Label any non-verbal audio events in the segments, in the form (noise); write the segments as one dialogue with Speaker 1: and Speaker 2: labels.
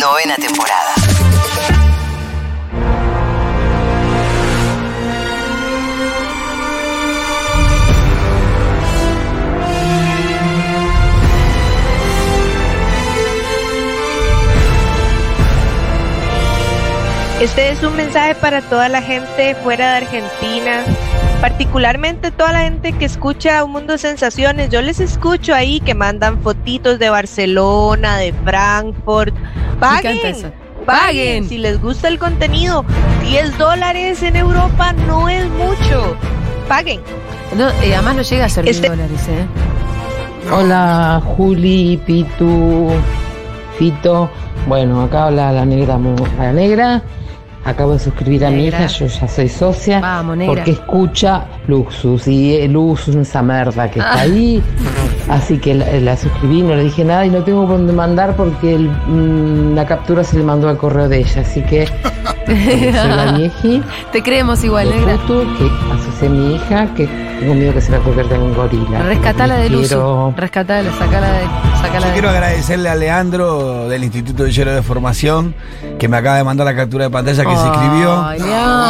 Speaker 1: novena temporada.
Speaker 2: Este es un mensaje para toda la gente fuera de Argentina, particularmente toda la gente que escucha Un Mundo de Sensaciones. Yo les escucho ahí que mandan fotitos de Barcelona, de Frankfurt. Paguen,
Speaker 3: encanta eso.
Speaker 2: paguen.
Speaker 3: Paguen.
Speaker 2: Si les gusta el contenido, 10 dólares en Europa no es mucho. Paguen.
Speaker 3: No, eh, además no llega a ser mil
Speaker 2: Este-
Speaker 3: dólares, ¿eh?
Speaker 4: Hola Juli, Pitu, Fito. Bueno, acá habla la negra, Mo- la negra. Acabo de suscribir a mi
Speaker 3: Negra.
Speaker 4: hija, yo ya soy socia.
Speaker 3: Vamos, negra.
Speaker 4: Porque escucha Luxus y eh, Luxus esa merda que está
Speaker 3: Ah.
Speaker 4: ahí. Así que la, la suscribí, no le dije nada y no tengo por dónde mandar porque el, mm, la captura se le mandó al correo de ella.
Speaker 3: (laughs)
Speaker 4: Así que eh, soy la vieji
Speaker 3: Te creemos igual,
Speaker 4: de
Speaker 3: negra.
Speaker 4: Futu, que asocié a mi hija, que tengo miedo que se la convierta en un gorila.
Speaker 3: Rescatala de luz.
Speaker 4: Quiero-
Speaker 3: (laughs) Rescatala, sacala de. Sacala
Speaker 5: Yo
Speaker 3: de-
Speaker 5: quiero agradecerle a Leandro del Instituto de Hierro de Formación que me acaba de mandar la captura de pantalla que se escribió.
Speaker 3: Ay,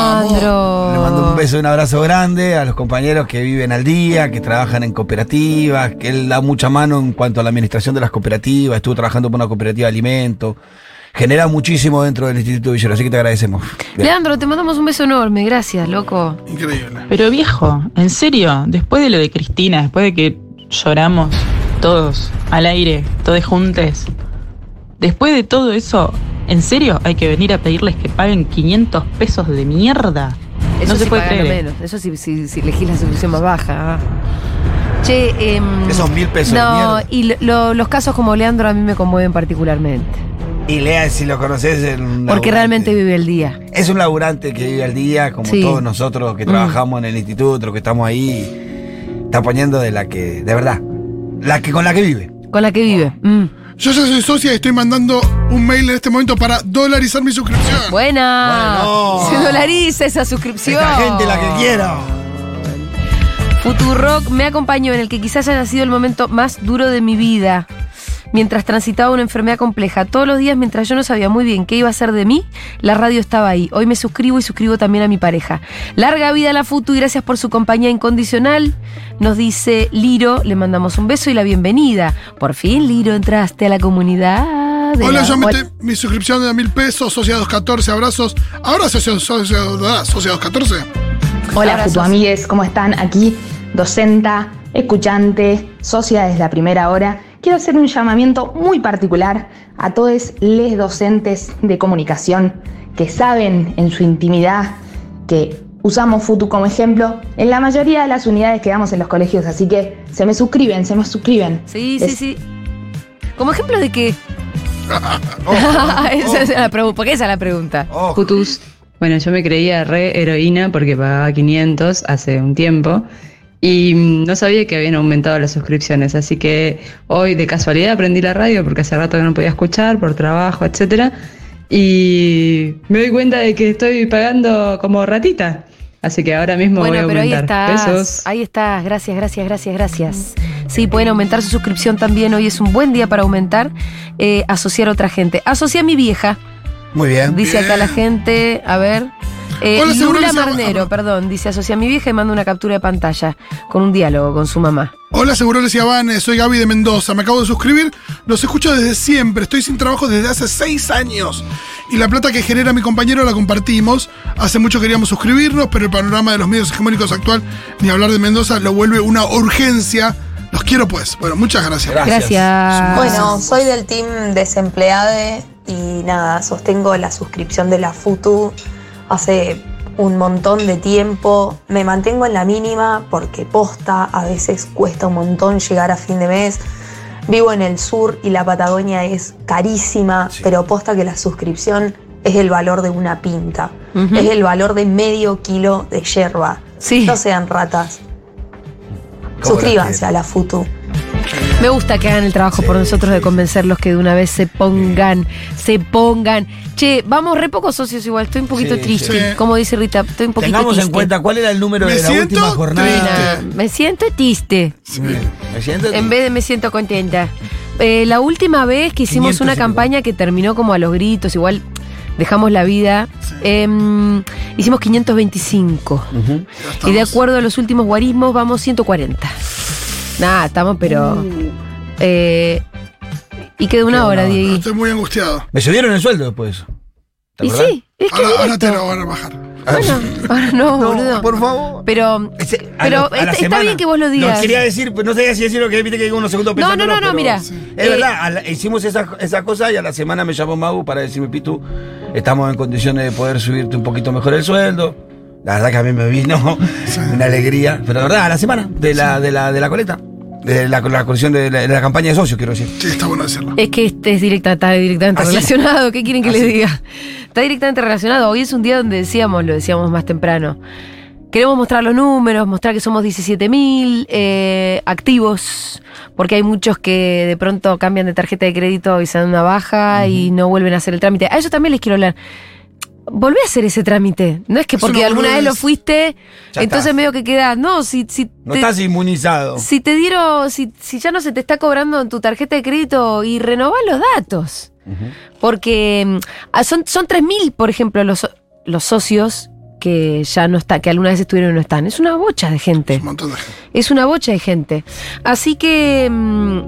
Speaker 3: Leandro.
Speaker 5: Le mando un beso y un abrazo grande a los compañeros que viven al día, que trabajan en cooperativas, que él da mucha mano en cuanto a la administración de las cooperativas, estuvo trabajando por una cooperativa de alimentos, genera muchísimo dentro del Instituto Villero, así que te agradecemos.
Speaker 3: Leandro, te mandamos un beso enorme. Gracias, loco.
Speaker 6: Increíble.
Speaker 7: Pero viejo, en serio, después de lo de Cristina, después de que lloramos todos al aire, todos juntos, después de todo eso, ¿en serio hay que venir a pedirles que paguen 500 pesos de mierda?
Speaker 3: Eso
Speaker 7: no se
Speaker 3: sí
Speaker 7: puede
Speaker 3: pagan
Speaker 7: creer.
Speaker 3: menos. Eso sí, sí, sí elegís la solución más baja. ah. Che, em,
Speaker 5: Esos mil pesos de
Speaker 3: No,
Speaker 5: mierda.
Speaker 3: y lo- lo- los casos como Leandro a mí me conmueven particularmente.
Speaker 5: Y Lea, si lo conoces, es un
Speaker 3: Porque
Speaker 5: laburante.
Speaker 3: realmente vive el día.
Speaker 5: Es un laburante que vive al día, como
Speaker 3: Sí.
Speaker 5: todos nosotros que
Speaker 3: Mm.
Speaker 5: trabajamos en el instituto, los que estamos ahí. Está poniendo de la que, de verdad, la que con la que vive.
Speaker 3: Con la que vive. Mm.
Speaker 6: Yo ya soy socia y estoy mandando un mail en este momento para dolarizar mi suscripción.
Speaker 3: Buena.
Speaker 5: Bueno.
Speaker 3: Se dolariza esa suscripción.
Speaker 5: Esta Ah. gente la que quiera.
Speaker 3: Futurock me acompañó en el que quizás haya sido el momento más duro de mi vida. Mientras transitaba una enfermedad compleja, todos los días mientras yo no sabía muy bien qué iba a ser de mí, la radio estaba ahí. Hoy me suscribo y suscribo también a mi pareja. Larga vida a la Futu y gracias por su compañía incondicional. Nos dice Liro, le mandamos un beso y la bienvenida. Por fin, Liro, entraste a la comunidad. de
Speaker 6: Hola,
Speaker 3: la-
Speaker 6: yo metí mi suscripción de mil pesos, socia 214, abrazos. Ahora socia, socia, ah, socia 214.
Speaker 8: Hola,
Speaker 3: Abrazos.
Speaker 8: Futuamigues, ¿cómo están? Aquí, docenta, escuchante, socia desde la primera hora. Quiero hacer un llamamiento muy particular a todos les docentes de comunicación que saben en su intimidad que usamos Futu como ejemplo en la mayoría de las unidades que damos en los colegios. Así que se me suscriben, se me suscriben.
Speaker 3: Sí,
Speaker 8: Les-
Speaker 3: sí, sí. Como ejemplo de
Speaker 6: (laughs)
Speaker 3: que... (laughs) esa es la pregunta. ¿Por qué esa es la pregunta?
Speaker 5: Ojo.
Speaker 9: Futus. Bueno, yo me creía re heroína porque pagaba 500 hace un tiempo y mm, no sabía que habían aumentado las suscripciones, así que hoy de casualidad aprendí la radio porque hace rato que no podía escuchar por trabajo, etcétera, y me doy cuenta de que estoy pagando como ratita, así que ahora mismo voy a
Speaker 3: Bueno, pero ahí
Speaker 9: aumentar.
Speaker 3: estás.
Speaker 9: Besos.
Speaker 3: Ahí estás. Gracias, gracias, gracias, gracias. Sí, pueden aumentar su suscripción también. Hoy es un buen día para aumentar, eh, asociar a otra gente. Asocia a mi vieja,
Speaker 5: Muy bien.
Speaker 3: dice acá la gente. A ver. Eh,
Speaker 6: Hola, seguro
Speaker 3: Lula
Speaker 6: que se llama-
Speaker 3: Marnero,
Speaker 6: ah,
Speaker 3: perdón, dice asocia a mi vieja y manda una captura de pantalla con un diálogo con su mamá.
Speaker 6: Hola, Seguroles y Habanes, soy Gaby de Mendoza, me acabo de suscribir, los escucho desde siempre, estoy sin trabajo desde hace seis años y la plata que genera mi compañero la compartimos, hace mucho queríamos suscribirnos, pero el panorama de los medios hegemónicos actual, ni hablar de Mendoza, lo vuelve una urgencia, los quiero pues, bueno, muchas gracias.
Speaker 3: Gracias.
Speaker 10: Bueno, soy del team desempleade y nada, sostengo la suscripción de la Futu hace un montón de tiempo. Me mantengo en la mínima porque posta, a veces cuesta un montón llegar a fin de mes. Vivo en el sur y la Patagonia es carísima, pero posta que la suscripción es el valor de una pinta.
Speaker 3: Ujú.
Speaker 10: Es el valor de medio kilo de yerba.
Speaker 3: Sí.
Speaker 10: No sean ratas.
Speaker 5: la
Speaker 10: Suscríbanse
Speaker 5: quiero.
Speaker 10: a la Futu.
Speaker 3: Me gusta que hagan el trabajo por nosotros de convencerlos que de una vez se pongan, se pongan. Che, vamos re pocos socios igual, estoy un poquito
Speaker 5: Sí,
Speaker 3: triste.
Speaker 6: sí.
Speaker 3: Como dice Rita, estoy un poquito
Speaker 5: Tengamos
Speaker 3: triste.
Speaker 5: en cuenta cuál era el número
Speaker 6: Me
Speaker 5: de la
Speaker 6: siento
Speaker 5: última jornada.
Speaker 6: triste.
Speaker 3: Me siento triste.
Speaker 5: Sí. Me siento
Speaker 3: Em En vez de me siento contenta. Eh, la última vez que hicimos
Speaker 5: 500
Speaker 3: una
Speaker 5: y-
Speaker 3: campaña que terminó como a los gritos, igual dejamos la vida,
Speaker 6: Sí.
Speaker 3: em, hicimos 525.
Speaker 5: Ujú.
Speaker 3: Y de acuerdo a los últimos guarismos, vamos 140. Nada, estamos, pero.
Speaker 6: Uh.
Speaker 3: eh, y quedó una
Speaker 5: Quedó
Speaker 3: hora,
Speaker 5: una hora.
Speaker 3: Diego.
Speaker 6: Estoy muy angustiado.
Speaker 5: Me subieron el sueldo después. de eso. ¿Te
Speaker 3: Y
Speaker 5: acordás? Ah,
Speaker 3: sí, es que.
Speaker 6: Ahora, ahora te
Speaker 3: directo.
Speaker 6: lo van a bajar.
Speaker 3: Bueno, ahora no, boludo.
Speaker 5: por favor.
Speaker 3: Pero.
Speaker 5: Ese- a
Speaker 3: Pero
Speaker 5: lo- a la
Speaker 3: está- está
Speaker 5: semana.
Speaker 3: bien que vos lo digas.
Speaker 5: Lo quería decir, pero no sabía si decirlo que viste que unos segundos
Speaker 3: No, no,
Speaker 5: pensándolo,
Speaker 3: no, no,
Speaker 5: pero-
Speaker 3: mira.
Speaker 5: Es
Speaker 3: Eh,
Speaker 5: verdad, a la- hicimos esa, esa cosa y a la semana me llamó Magu para decirme, Pitu, estamos en condiciones de poder subirte un poquito mejor el sueldo. La verdad que a mí me vino (laughs) una alegría, pero la verdad, a la semana de la, de la, de la coleta, de la, la colección de la, de la campaña de socios, quiero decir.
Speaker 6: Sí, está bueno decirlo.
Speaker 3: Es que este es directa, está directamente
Speaker 5: Así.
Speaker 3: relacionado. ¿Qué quieren que les
Speaker 5: Así.
Speaker 3: diga? Está directamente relacionado. Hoy es un día donde decíamos, lo decíamos más temprano. Queremos mostrar los números, mostrar que somos 17.000 eh, activos, porque hay muchos que de pronto cambian de tarjeta de crédito y se dan una baja y no vuelven a hacer el trámite. A eso también les quiero hablar. Volvé a hacer ese trámite. No es que
Speaker 6: Es
Speaker 3: porque
Speaker 6: una
Speaker 3: alguna vez lo
Speaker 6: boludez.
Speaker 3: fuiste,
Speaker 5: Ya
Speaker 3: entonces
Speaker 5: estás.
Speaker 3: medio que queda. No, si, si
Speaker 5: No
Speaker 3: te-
Speaker 5: estás inmunizado.
Speaker 3: si te dieron, si, si ya no se te está cobrando en tu tarjeta de crédito y renová los datos. Porque mm, ah, son, son 3.000, por ejemplo, los, so- los socios que ya no están, que alguna vez estuvieron y no están. Es una bocha de gente.
Speaker 6: Un montón de gente.
Speaker 3: Es una bocha de gente. Así que. mm,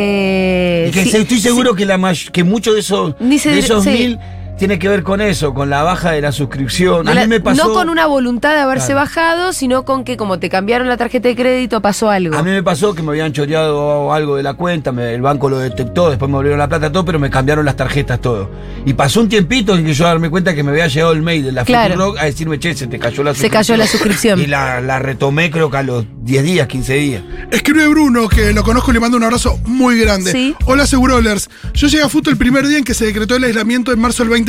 Speaker 3: eh,
Speaker 5: Y que
Speaker 3: sí,
Speaker 5: se- estoy seguro que, la may- que mucho de esos,
Speaker 3: Ni se
Speaker 5: de
Speaker 3: dir-
Speaker 5: esos
Speaker 3: sí.
Speaker 5: mil tiene que ver con eso, con la baja de la suscripción. A
Speaker 3: la-
Speaker 5: mí me pasó.
Speaker 3: No con una voluntad de haberse
Speaker 5: Claro.
Speaker 3: bajado, sino con que como te cambiaron la tarjeta de crédito pasó algo.
Speaker 5: A mí me pasó que me habían choreado algo de la cuenta, me- el banco lo detectó, después me volvieron la plata, todo, pero me cambiaron las tarjetas, todo. Y pasó un tiempito en que yo darme cuenta que me había llegado el mail de la
Speaker 3: Claro.
Speaker 5: Futurock a decirme, che, se te cayó la
Speaker 3: Se
Speaker 5: suscripción.
Speaker 3: cayó la suscripción.
Speaker 5: Y la, la retomé creo que a los 10 días, 15 días.
Speaker 6: Escribe Bruno, que lo conozco y le mando un abrazo muy grande.
Speaker 3: Sí.
Speaker 6: Hola, Segurolers. Yo llegué a Futo el primer día en que se decretó el aislamiento en marzo del 2020.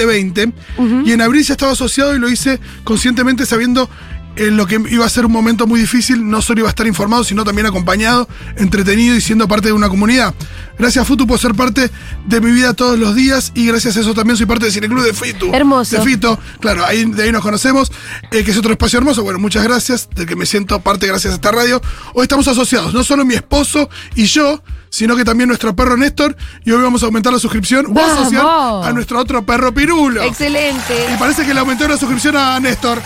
Speaker 6: Y en abril ya estaba asociado y lo hice conscientemente sabiendo en lo que iba a ser un momento muy difícil. No solo iba a estar informado, sino también acompañado, entretenido y siendo parte de una comunidad. Gracias a Futu por ser parte de mi vida todos los días y gracias a eso también soy parte del Cineclub de Fitu.
Speaker 3: Hermoso.
Speaker 6: De Fito, claro, ahí, de ahí nos conocemos, eh, que es otro espacio hermoso. Bueno, muchas gracias, de que me siento parte gracias a esta radio. Hoy estamos asociados, no solo mi esposo y yo, sino que también nuestro perro Néstor, y hoy vamos a aumentar la suscripción o
Speaker 3: ¡Vamos!
Speaker 6: asociar a nuestro otro perro Pirulo.
Speaker 3: Excelente.
Speaker 6: Y parece que le aumentó la suscripción a Néstor.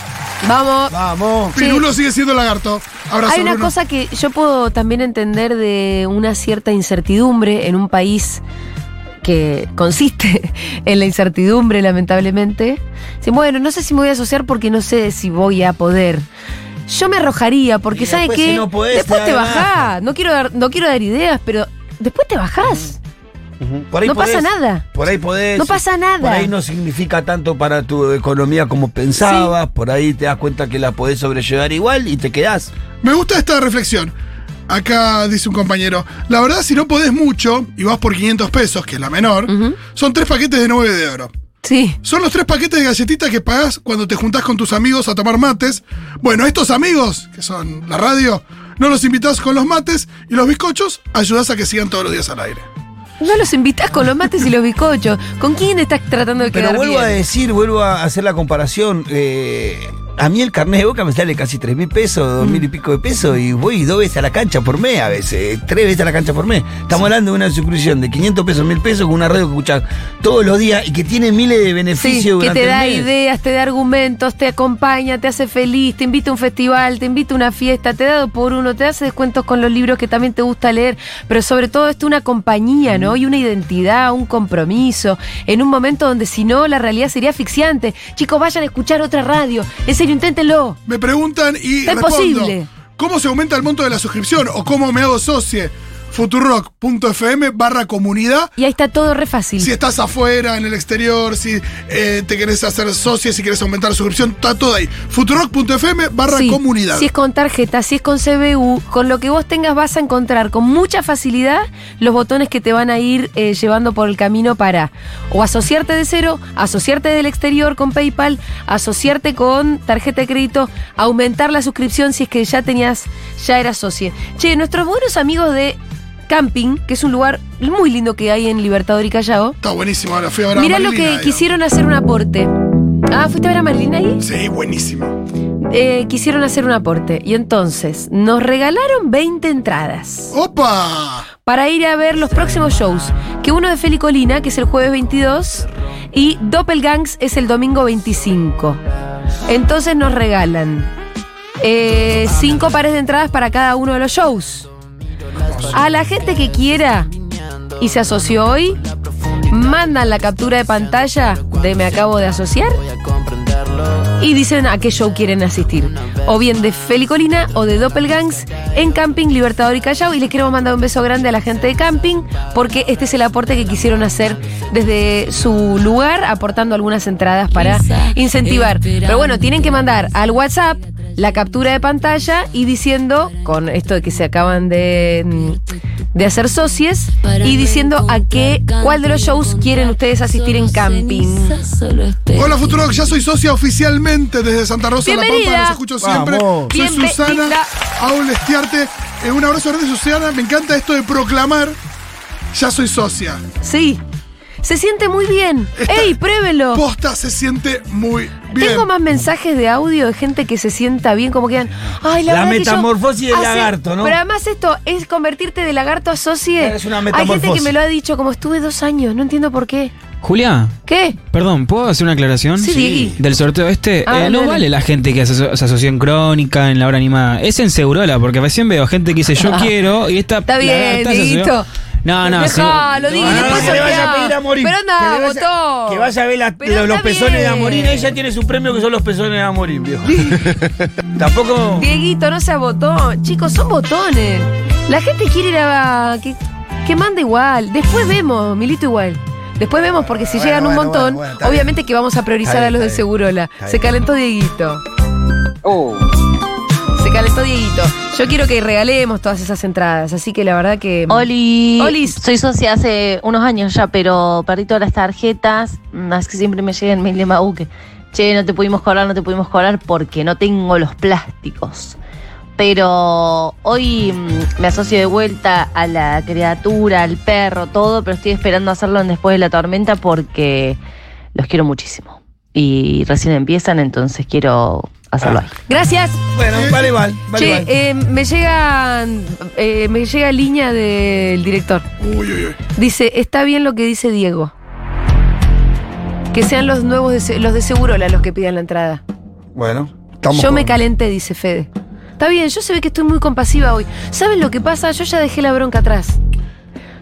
Speaker 3: Vamos.
Speaker 5: Vamos.
Speaker 3: Sí.
Speaker 6: Pirulo sigue siendo lagarto. Abrazo,
Speaker 3: Hay una
Speaker 6: Bruno.
Speaker 3: cosa que yo puedo también entender de una cierta incertidumbre en un país que consiste (laughs) en la incertidumbre, lamentablemente. Sí, Bueno, no sé si me voy a asociar porque no sé si voy a poder. Yo me arrojaría porque,
Speaker 5: Y
Speaker 3: ¿sabe
Speaker 5: después
Speaker 3: qué?
Speaker 5: si no podés,
Speaker 3: después
Speaker 5: te
Speaker 3: te
Speaker 5: da de
Speaker 3: bajás. No quiero, dar, no quiero dar ideas, pero después te bajás.
Speaker 5: Por
Speaker 3: No pasa nada.
Speaker 5: Por ahí podés.
Speaker 3: No pasa nada.
Speaker 5: Por ahí no significa tanto para tu economía como pensabas. Por ahí te das cuenta que la podés sobrellevar igual y te quedás.
Speaker 6: Me gusta esta reflexión. Acá dice un compañero, la verdad si no podés mucho y vas por 500 pesos, que es la menor,
Speaker 3: Ujú.
Speaker 6: son tres paquetes de 9 de oro.
Speaker 3: Sí.
Speaker 6: Son los tres paquetes de galletitas que pagás cuando te juntás con tus amigos a tomar mates. Bueno, estos amigos, que son la radio, no los invitás con los mates y los bizcochos, ayudás a que sigan todos los días al aire.
Speaker 5: Mm.
Speaker 3: No los invitás con los mates y los bizcochos. ¿Con quién estás tratando de
Speaker 5: Pero
Speaker 3: quedar
Speaker 5: vuelvo
Speaker 3: bien?
Speaker 5: a decir, vuelvo a hacer la comparación. eh, a mí el carnet de boca me sale casi tres mil pesos, dos
Speaker 3: Mm.
Speaker 5: mil y pico de pesos, y voy dos veces a la cancha por mes a veces, eh, tres veces a la cancha por mes. Estamos hablando de una suscripción de 500 pesos, mil pesos con una radio que escuchas todos los días y que tiene miles de beneficios
Speaker 3: Sí, que
Speaker 5: durante
Speaker 3: te
Speaker 5: el
Speaker 3: da
Speaker 5: mes.
Speaker 3: ideas, te da argumentos, te acompaña, te hace feliz, te invita a un festival, te invita a una fiesta, te da dos por uno, te hace descuentos con los libros que también te gusta leer, pero sobre todo esto una compañía,
Speaker 5: Mm.
Speaker 3: ¿no? Y una identidad, un compromiso, en un momento donde si no la realidad sería asfixiante. Chicos, vayan a escuchar otra radio, en serio, inténtenlo.
Speaker 6: Me preguntan y
Speaker 3: Es
Speaker 6: respondo,
Speaker 3: posible.
Speaker 6: ¿cómo se aumenta el monto de la suscripción o cómo me hago socie? futurock.fm barra comunidad
Speaker 3: Y ahí está todo re fácil.
Speaker 6: Si estás afuera, en el exterior, si eh, te querés hacer socio, si querés aumentar la suscripción, está todo ahí. Futurock.fm barra
Speaker 3: Sí,
Speaker 6: comunidad.
Speaker 3: Si es con tarjeta, si es con CBU, con lo que vos tengas vas a encontrar con mucha facilidad los botones que te van a ir eh, llevando por el camino para o asociarte de cero, asociarte del exterior con PayPal, asociarte con tarjeta de crédito, aumentar la suscripción si es que ya tenías, ya eras socio. Che, nuestros buenos amigos de Camping, que es un lugar muy lindo que hay en Libertador y Callao,
Speaker 6: Está Ah, buenísimo, ahora fui a ver a
Speaker 3: mirá lo
Speaker 6: Marilina,
Speaker 3: que
Speaker 6: digamos.
Speaker 3: quisieron hacer un aporte. Ah, ¿fuiste a ver a Marilina ahí?
Speaker 6: Sí, buenísimo.
Speaker 3: eh, quisieron hacer un aporte y entonces nos regalaron 20 entradas
Speaker 6: ¡Opa!
Speaker 3: para ir a ver los próximos shows, que uno de Feli Colina, que es el jueves 22, y Doppelgangs es el domingo 25. Entonces nos regalan eh, cinco pares de entradas para cada uno de los shows. A la gente que quiera y se asoció hoy, mandan la captura de pantalla de me acabo de asociar y dicen a qué show quieren asistir. O bien de Felicolina o de Doppelgangs en Camping Libertador y Callao. Y les queremos mandar un beso grande a la gente de Camping porque este es el aporte que quisieron hacer desde su lugar, aportando algunas entradas para incentivar. Pero bueno, tienen que mandar al WhatsApp la captura de pantalla y diciendo, con esto de que se acaban de, mm, de hacer socies, y diciendo a qué, cuál de los shows quieren ustedes asistir en Camping.
Speaker 6: Hola Futurock, ya soy socia oficialmente desde Santa Rosa de La Pampa,
Speaker 3: Bienvenida.
Speaker 6: los escucho siempre.
Speaker 5: Vamos.
Speaker 6: Soy
Speaker 3: Bienvenida.
Speaker 6: Susana, Aul Estiarte. Eh, un abrazo grande Susana, me encanta esto de proclamar, ya soy socia.
Speaker 3: Sí. Se siente muy bien.
Speaker 6: Está-
Speaker 3: ¡Ey, pruébelo!
Speaker 6: Posta se siente muy bien.
Speaker 3: Tengo más mensajes de audio de gente que se sienta bien, como quedan. Ay, la
Speaker 5: La
Speaker 3: verdad que yo
Speaker 5: metamorfosis del
Speaker 3: hace-
Speaker 5: lagarto, ¿no?
Speaker 3: Pero además esto es convertirte de lagarto a socie.
Speaker 5: Es una
Speaker 3: Hay gente que
Speaker 5: metamorfosis.
Speaker 3: me lo ha dicho, como estuve dos años, no entiendo por qué.
Speaker 11: Julia,
Speaker 3: ¿Qué?
Speaker 11: perdón, ¿puedo hacer una aclaración?
Speaker 3: Sí, Diegui.
Speaker 11: Del sorteo este,
Speaker 3: Ah,
Speaker 11: eh, no
Speaker 3: dale.
Speaker 11: vale la gente que aso- se asoció en Crónica, en la hora animada. Es en Segurola, porque recién veo gente
Speaker 3: (laughs)
Speaker 11: que dice yo quiero y esta.
Speaker 3: Está bien,
Speaker 11: lagarta se asoció.
Speaker 3: Dieguito.
Speaker 11: No, no,
Speaker 3: Dejalo,
Speaker 11: sí.
Speaker 3: Diego,
Speaker 11: No,
Speaker 5: Ah,
Speaker 3: después
Speaker 5: que le vaya
Speaker 3: sorteá.
Speaker 5: a pedir a morir.
Speaker 3: Pero anda,
Speaker 5: que, le vaya-
Speaker 3: votó.
Speaker 5: que vaya a ver la-
Speaker 3: Pero
Speaker 5: los, los
Speaker 3: está
Speaker 5: pezones de
Speaker 3: bien.
Speaker 5: Amorín. Ella tiene su premio que son los pezones de Amorín, viejo. (laughs) Tampoco.
Speaker 3: Dieguito, no sea botón. Chicos, son botones. La gente quiere ir a. Que, que manda igual. Después vemos, Milito igual. Después vemos, porque si
Speaker 5: Bueno,
Speaker 3: llegan un
Speaker 5: bueno,
Speaker 3: montón,
Speaker 5: bueno, bueno, está
Speaker 3: obviamente que vamos a priorizar
Speaker 5: Está bien,
Speaker 3: a los de
Speaker 5: está bien.
Speaker 3: Segurola.
Speaker 5: Está
Speaker 3: Se
Speaker 5: bien.
Speaker 3: calentó Dieguito. Se calentó Dieguito. Yo quiero que regalemos todas esas entradas, así que la verdad que. mm,
Speaker 12: Oli,
Speaker 3: Olis.
Speaker 12: soy socia hace unos años ya, pero perdí todas las tarjetas, más que siempre me llegan mail de Mau que, che, no te pudimos cobrar, no te pudimos cobrar porque no tengo los plásticos. Pero hoy mm, me asocio de vuelta a la criatura, al perro, todo, pero estoy esperando hacerlo en después de la tormenta porque los quiero muchísimo. Y recién empiezan, entonces quiero hacerlo ahí.
Speaker 3: Gracias.
Speaker 5: Bueno, vale, vale. vale,
Speaker 3: che,
Speaker 5: vale.
Speaker 3: eh, me llegan. eh, me llega línea del director.
Speaker 6: Uy, uy, uy.
Speaker 3: Dice, está bien lo que dice Diego. Que sean los nuevos de, Se- los de Segurola los que pidan la entrada.
Speaker 5: Bueno.
Speaker 3: yo me calenté, dice Fede. Está bien, yo se ve que estoy muy compasiva hoy. ¿Saben lo que pasa? Yo ya dejé la bronca atrás.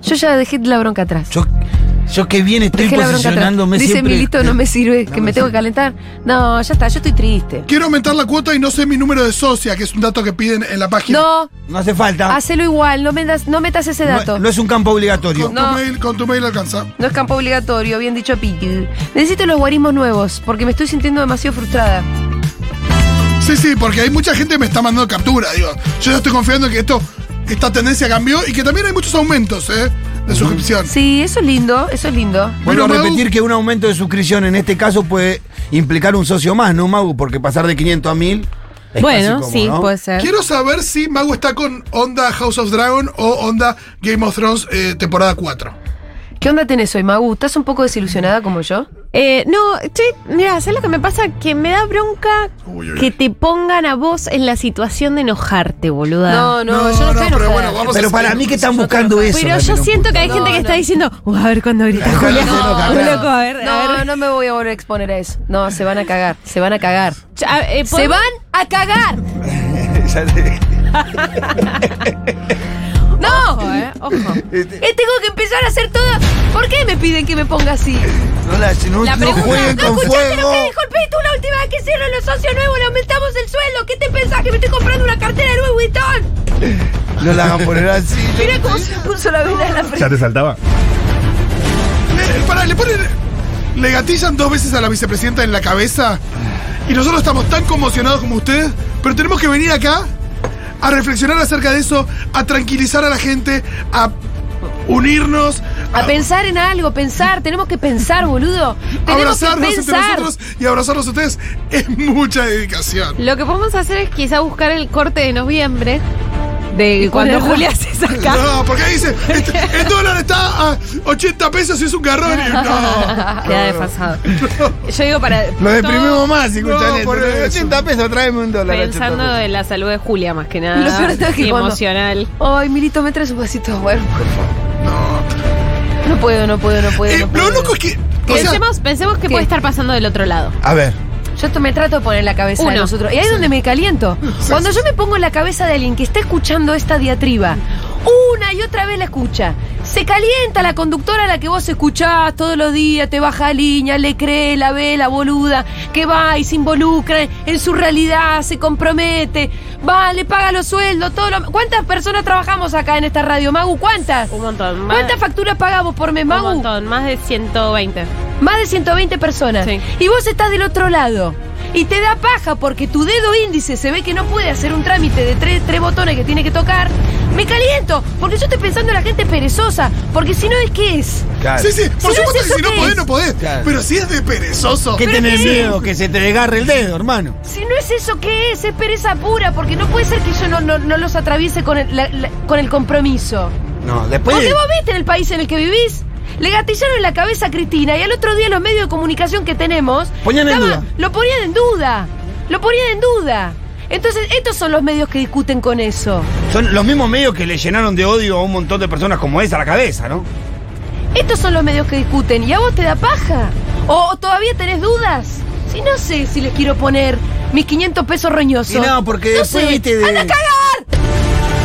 Speaker 3: Yo ya dejé la bronca atrás.
Speaker 5: Yo, yo que bien estoy
Speaker 3: dejé la bronca atrás.
Speaker 5: posicionándome
Speaker 3: Dice
Speaker 5: siempre.
Speaker 3: Milito, no me sirve, que
Speaker 5: me
Speaker 3: me, tengo que calentar. No, ya está, yo estoy triste.
Speaker 6: Quiero aumentar la cuota y no sé mi número de socia, que es un dato que piden en la página.
Speaker 3: No,
Speaker 5: No hace falta.
Speaker 3: hacelo igual, no, me das- no metas ese dato.
Speaker 5: No, no es un campo obligatorio.
Speaker 6: Con,
Speaker 3: No.
Speaker 6: Tu mail, con tu mail alcanza.
Speaker 3: No es campo obligatorio, bien dicho Pitu. Necesito los guarismos nuevos, porque me estoy sintiendo demasiado frustrada.
Speaker 6: Sí, sí, porque hay mucha gente que me está mandando captura, digo. Yo ya estoy confiando en que esto, esta tendencia cambió y que también hay muchos aumentos, ¿eh? De suscripción.
Speaker 3: Sí, eso es lindo, eso es lindo.
Speaker 5: Vuelvo a
Speaker 6: Pero, Mau-
Speaker 5: repetir que un aumento de suscripción en este caso puede implicar un socio más, ¿no, Mau? Porque pasar de 500 a 1000 es
Speaker 13: Bueno,
Speaker 5: casi como,
Speaker 13: sí,
Speaker 5: ¿no?
Speaker 13: puede ser.
Speaker 6: Quiero saber si Mago está con onda House of Dragon o onda Game of Thrones eh, temporada 4.
Speaker 3: ¿Qué onda tenés hoy, Magu? ¿Estás un poco desilusionada como yo?
Speaker 13: Eh, no, estoy, mira, ¿sabes lo que me pasa? Que me da bronca
Speaker 6: Uy, uy,
Speaker 13: que
Speaker 6: uy.
Speaker 13: te pongan a vos en la situación de enojarte, boluda.
Speaker 3: No, no, yo no, estoy
Speaker 6: pero
Speaker 13: (laughs)
Speaker 3: enojada.
Speaker 6: bueno, vamos
Speaker 5: Pero
Speaker 6: a
Speaker 5: para mí que están buscando eso.
Speaker 13: Pero yo siento que hay
Speaker 3: No,
Speaker 13: gente que
Speaker 3: no.
Speaker 13: está diciendo, "Uh, a ver cuando grita
Speaker 5: No,
Speaker 13: Julia.
Speaker 5: no,
Speaker 13: Uh,
Speaker 5: no,
Speaker 13: loco, a ver, a
Speaker 3: No,
Speaker 13: ver.
Speaker 3: no me voy a volver a exponer a eso. No, se van a cagar, se van a cagar.
Speaker 13: Ya, eh,
Speaker 3: ¡Se
Speaker 13: podemos-
Speaker 3: van a cagar! ¡No!
Speaker 13: Ojo, eh,
Speaker 6: (laughs)
Speaker 13: ojo.
Speaker 3: Eh, tengo que empezar a hacer todo. ¿Por qué me piden que me ponga así?
Speaker 5: No, la- si no-
Speaker 13: La
Speaker 5: no
Speaker 13: pregunta-
Speaker 5: jueguen
Speaker 3: ¿No
Speaker 5: con
Speaker 3: escuchaste Ah, lo
Speaker 5: fuego.
Speaker 3: que dijo el Pitu la última vez que hicieron los socios nuevos? ¡Le aumentamos el sueldo! ¿Qué te pensás? ¿Que me estoy comprando una cartera de Louis Vuitton?
Speaker 5: No la hagan poner así.
Speaker 3: Mira cómo se puso la vela en la frente.
Speaker 14: ¿Ya te saltaba?
Speaker 6: Le, Eh, pará, le ponen. Le gatillan dos veces a la vicepresidenta en la cabeza. Y nosotros estamos tan conmocionados como ustedes. Pero tenemos que venir acá a reflexionar acerca de eso, a tranquilizar a la gente, a unirnos,
Speaker 3: A pensar en algo, pensar. Tenemos que pensar, boludo. Tenemos que
Speaker 6: abrazarnos entre
Speaker 3: pensar.
Speaker 6: nosotros y abrazarnos a ustedes. Es mucha dedicación.
Speaker 13: Lo que podemos hacer es quizá buscar el corte de noviembre de cuando
Speaker 3: ponerlo.
Speaker 13: (laughs) Julia se saca.
Speaker 6: (laughs) No, porque ahí dice, "Este- el dólar está ah, 80 pesos es un garrón. No, no,
Speaker 13: (laughs) Queda
Speaker 6: no.
Speaker 13: desfasado. Yo digo para.
Speaker 5: Lo deprimimos
Speaker 13: todo
Speaker 5: más si escuchan
Speaker 6: No,
Speaker 5: eso.
Speaker 6: por eso.
Speaker 5: 80 pesos, tráeme un dólar.
Speaker 13: (laughs)
Speaker 5: 80
Speaker 13: Pensando en la salud de Julia más que nada.
Speaker 3: Lo peor es que
Speaker 13: y
Speaker 3: cuando-
Speaker 13: emocional.
Speaker 3: Ay, Milito, me traes un vasito de agua, por favor. No puedo, no puedo, no puedo.
Speaker 6: Eh,
Speaker 3: no puedo.
Speaker 6: lo loco es que. O sea,
Speaker 13: Pensemos, pensemos que
Speaker 3: ¿Qué?
Speaker 13: puede estar pasando del otro lado.
Speaker 5: A ver.
Speaker 3: Yo esto me trato de poner en la cabeza de
Speaker 13: Uno.
Speaker 3: los otros. Y ahí es donde me
Speaker 13: (laughs)
Speaker 3: caliento. Cuando yo me pongo en la cabeza de alguien que está escuchando esta diatriba, una y otra vez la escucha. Se calienta la conductora a la que vos escuchás todos los días, te baja línea, le cree, la ve, la boluda, que va y se involucra en su realidad, se compromete, va, le paga los sueldos, todo lo... ¿Cuántas personas trabajamos acá en esta radio, Magu? ¿Cuántas?
Speaker 13: Un montón. Más,
Speaker 3: ¿Cuántas facturas pagamos por mes,
Speaker 13: Un
Speaker 3: Magu?
Speaker 13: montón, más de 120.
Speaker 3: Más de 120 personas.
Speaker 13: Sí.
Speaker 3: Y vos estás del otro lado. Y te da paja porque tu dedo índice se ve que no puede hacer un trámite de tres, tres botones que tiene que tocar. Me caliento, porque yo estoy pensando en la gente perezosa, porque si no es que es.
Speaker 5: Claro.
Speaker 6: sí, sí, por
Speaker 3: Si no
Speaker 6: supuesto
Speaker 3: es
Speaker 6: que si
Speaker 3: eso,
Speaker 6: no
Speaker 3: ¿qué
Speaker 6: podés,
Speaker 3: es?
Speaker 6: no podés.
Speaker 5: Claro.
Speaker 6: Pero si es de perezoso.
Speaker 5: ¿Qué
Speaker 3: Pero
Speaker 5: tenés
Speaker 3: ¿qué?
Speaker 5: miedo? Que se te agarre el dedo, hermano.
Speaker 3: Si no es eso que es, es pereza pura, porque no puede ser que yo no, no- no los atraviese con el, la- la- con el compromiso.
Speaker 5: No, después.
Speaker 3: Porque vos viste en el país en el que vivís. Le gatillaron en la cabeza a Cristina y al otro día los medios de comunicación que tenemos
Speaker 5: Ponían en
Speaker 3: estaban-
Speaker 5: duda.
Speaker 3: lo ponían en duda. Lo ponían en duda. Entonces, estos son los medios que discuten con eso.
Speaker 5: Son los mismos medios que le llenaron de odio a un montón de personas como esa a la cabeza, ¿no?
Speaker 3: Estos son los medios que discuten. ¿Y a vos te da paja? ¿O todavía tenés dudas? Si no sé si les quiero poner mis 500 pesos roñosos.
Speaker 5: Y no, porque después,
Speaker 3: sé.
Speaker 5: viste, de-
Speaker 3: ¡Anda a cagar!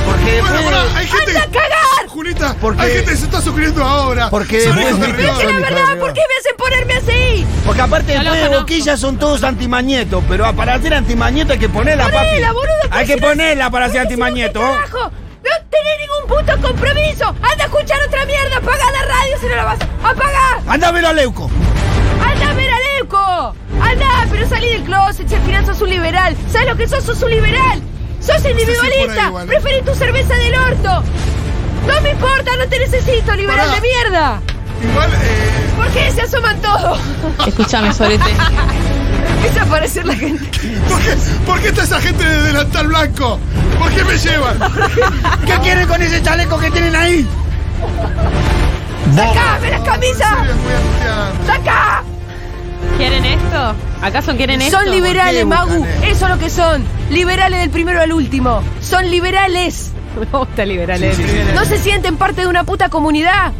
Speaker 5: Porque
Speaker 6: Bueno,
Speaker 5: después.
Speaker 6: pará, hay gente.
Speaker 3: ¡Anda a cagar!
Speaker 6: Julita,
Speaker 5: Porque-
Speaker 6: hay gente que se está suscribiendo ahora.
Speaker 5: Porque
Speaker 6: Son
Speaker 5: después-
Speaker 6: hijos de
Speaker 5: Pero
Speaker 3: Pero es
Speaker 6: rival.
Speaker 3: que la verdad, ¿por qué me hacen ponerme así?
Speaker 5: Porque aparte
Speaker 13: No lo
Speaker 5: después de
Speaker 13: conozco.
Speaker 5: boquilla son todos antimañetos, pero ah, para ser antimañeto hay que ponerla, papi.
Speaker 3: Ponela, boludo, pero
Speaker 5: hay
Speaker 3: si
Speaker 5: que
Speaker 3: no-
Speaker 5: ponerla para ser
Speaker 3: porque si no, ¿qué
Speaker 5: antimañeto. ¿oh?
Speaker 3: carajo? No tenés ningún puto compromiso. Anda a escuchar otra mierda. Apaga la radio si no la vas a apagar.
Speaker 5: Anda a ver a Leuco.
Speaker 3: Anda a ver a Leuco. Anda, pero salí del closet. Si al final sos un liberal. ¿Sabes lo que sos? Sos un liberal. Sos
Speaker 6: si por Este ahí
Speaker 3: individualista.
Speaker 6: igual, ¿eh?
Speaker 3: Preferís tu cerveza del orto. No me importa, no te necesito, liberal de
Speaker 6: Pará.
Speaker 3: mierda.
Speaker 6: Igual, eh,
Speaker 3: ¿Por qué se asoman todos?
Speaker 15: Escúchame, Sorete.
Speaker 3: Empieza a aparecer la gente.
Speaker 6: ¿por qué, por qué está esa gente de delantal blanco? ¿Por qué me llevan?
Speaker 5: ¿Qué quieren con ese chaleco que tienen ahí?
Speaker 3: ¡Sacame las
Speaker 6: Sí,
Speaker 3: camisas!
Speaker 6: es muy angustiante.
Speaker 3: ¡Sacá!
Speaker 13: ¿Quieren esto? ¿Acaso quieren esto?
Speaker 3: Son
Speaker 6: ¿Por qué
Speaker 3: liberales, Magu.
Speaker 6: buscan
Speaker 3: Eso es lo que son. Liberales del primero al último. Son liberales.
Speaker 13: (laughs) Me gusta liberales.
Speaker 3: No se sienten parte de una puta comunidad.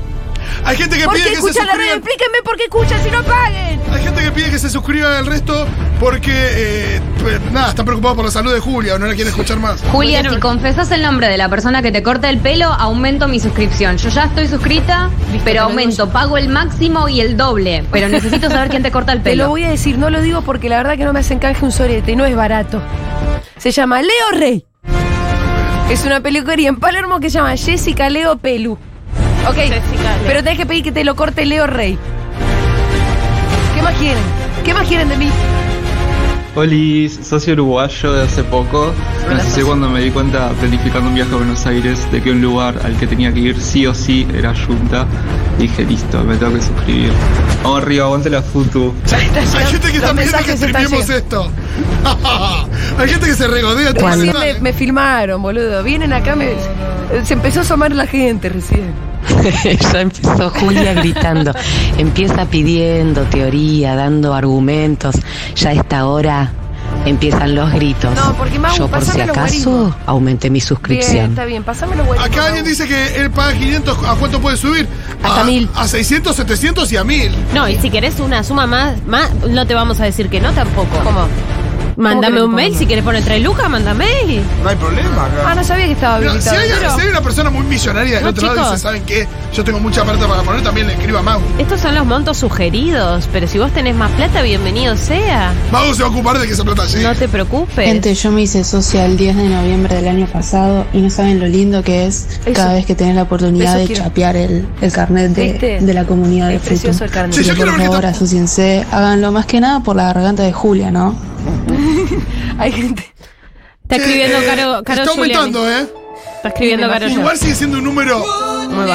Speaker 6: Hay gente que
Speaker 3: ¿Por
Speaker 6: pide
Speaker 3: qué
Speaker 6: que se
Speaker 3: escuchan la radio?
Speaker 6: suscriban.
Speaker 3: Explíquenme por qué escuchan si no paguen.
Speaker 6: Hay gente que pide que se suscriba al resto porque, eh, pues, nada, están preocupados por la salud de Julia o no la quieren escuchar más.
Speaker 14: Julia, si confesas el nombre de la persona que te corta el pelo, aumento mi suscripción. Yo ya estoy suscrita, pero aumento, pago el máximo y el doble. Pero necesito saber quién te corta
Speaker 16: (laughs)
Speaker 14: el
Speaker 3: Te lo
Speaker 14: pelo.
Speaker 3: voy a decir, no lo digo porque la verdad que no me hacen canje un sorete y no es barato. Se llama Leo Rey. Es una peluquería en Palermo que se llama Jessica Leo Pelu. Ok,
Speaker 13: Jessica Leo.
Speaker 3: pero tenés que pedir que te lo corte Leo Rey. ¿Qué más quieren? ¿Qué más quieren de mí?
Speaker 17: Oli, socio uruguayo de hace poco. Me
Speaker 3: Hola,
Speaker 17: asusté
Speaker 3: socio.
Speaker 17: cuando me di cuenta, planificando un viaje a Buenos Aires, de que un lugar al que tenía que ir sí o sí era Junta. Dije, listo, me tengo que suscribir. Vamos arriba, aguante la futu.
Speaker 6: Hay gente que
Speaker 3: Los
Speaker 6: está pidiendo que
Speaker 3: mensajes están
Speaker 6: streamemos esto. (laughs) Hay gente que se regodea todo el
Speaker 3: Recién
Speaker 6: canal,
Speaker 3: me,
Speaker 6: eh.
Speaker 3: me filmaron, boludo. Vienen acá, me, se empezó a asomar la gente recién.
Speaker 4: (laughs) ya empezó Julia gritando. Empieza pidiendo teoría, dando argumentos. Ya a esta hora empiezan los gritos.
Speaker 3: No, porque, Mau,
Speaker 4: Yo por si
Speaker 3: pasame los guarismos.
Speaker 4: acaso aumenté mi
Speaker 3: Bien,
Speaker 4: suscripción.
Speaker 3: está bien, pasámelo bueno.
Speaker 6: Acá alguien dice que él paga 500, ¿a cuánto puede subir?
Speaker 3: Hasta
Speaker 6: a,
Speaker 3: mil.
Speaker 6: A 600, 700 y a 1000.
Speaker 13: No, y si querés una suma más, más, no te vamos a decir que no tampoco.
Speaker 3: ¿Cómo?
Speaker 13: Mándame
Speaker 3: que
Speaker 13: un
Speaker 3: no
Speaker 13: mail
Speaker 3: pongo?
Speaker 13: si querés poner tres lucas, mándame. y-
Speaker 5: No hay problema acá.
Speaker 3: Ah, no sabía que estaba
Speaker 6: Mira, si,
Speaker 3: habilitado.
Speaker 6: hay,
Speaker 3: pero-
Speaker 6: si hay una persona muy millonaria del
Speaker 13: No,
Speaker 6: otro lado y dice,
Speaker 13: chicos.
Speaker 6: ¿saben qué? Yo tengo mucha plata para poner, también le escribo a Mau.
Speaker 13: Estos son los montos sugeridos, pero si vos tenés más plata, bienvenido sea.
Speaker 6: Mau se va a ocupar de que esa plata llegue.
Speaker 13: No te preocupes.
Speaker 18: Gente, yo me hice socia el 10 de noviembre del año pasado y no saben lo lindo que es
Speaker 3: Eso.
Speaker 18: cada vez que tenés la oportunidad
Speaker 3: Eso
Speaker 18: de
Speaker 3: quiero.
Speaker 18: chapear el, el carnet de,
Speaker 3: ¿Viste?
Speaker 18: de la comunidad de
Speaker 3: Es precioso el
Speaker 18: Futu.
Speaker 3: carnet.
Speaker 6: Sí, yo
Speaker 18: Pero
Speaker 6: quiero
Speaker 18: por
Speaker 6: ver qué
Speaker 18: favor,
Speaker 6: tal-
Speaker 18: asociense, háganlo más que nada por la garganta de Julia, ¿no?
Speaker 3: (laughs) Hay gente.
Speaker 13: Está escribiendo
Speaker 6: Eh,
Speaker 13: Caro, Caro
Speaker 6: Está
Speaker 13: Giuliani.
Speaker 6: aumentando, ¿eh?
Speaker 13: Está escribiendo Caro
Speaker 6: Igual sigue siendo un número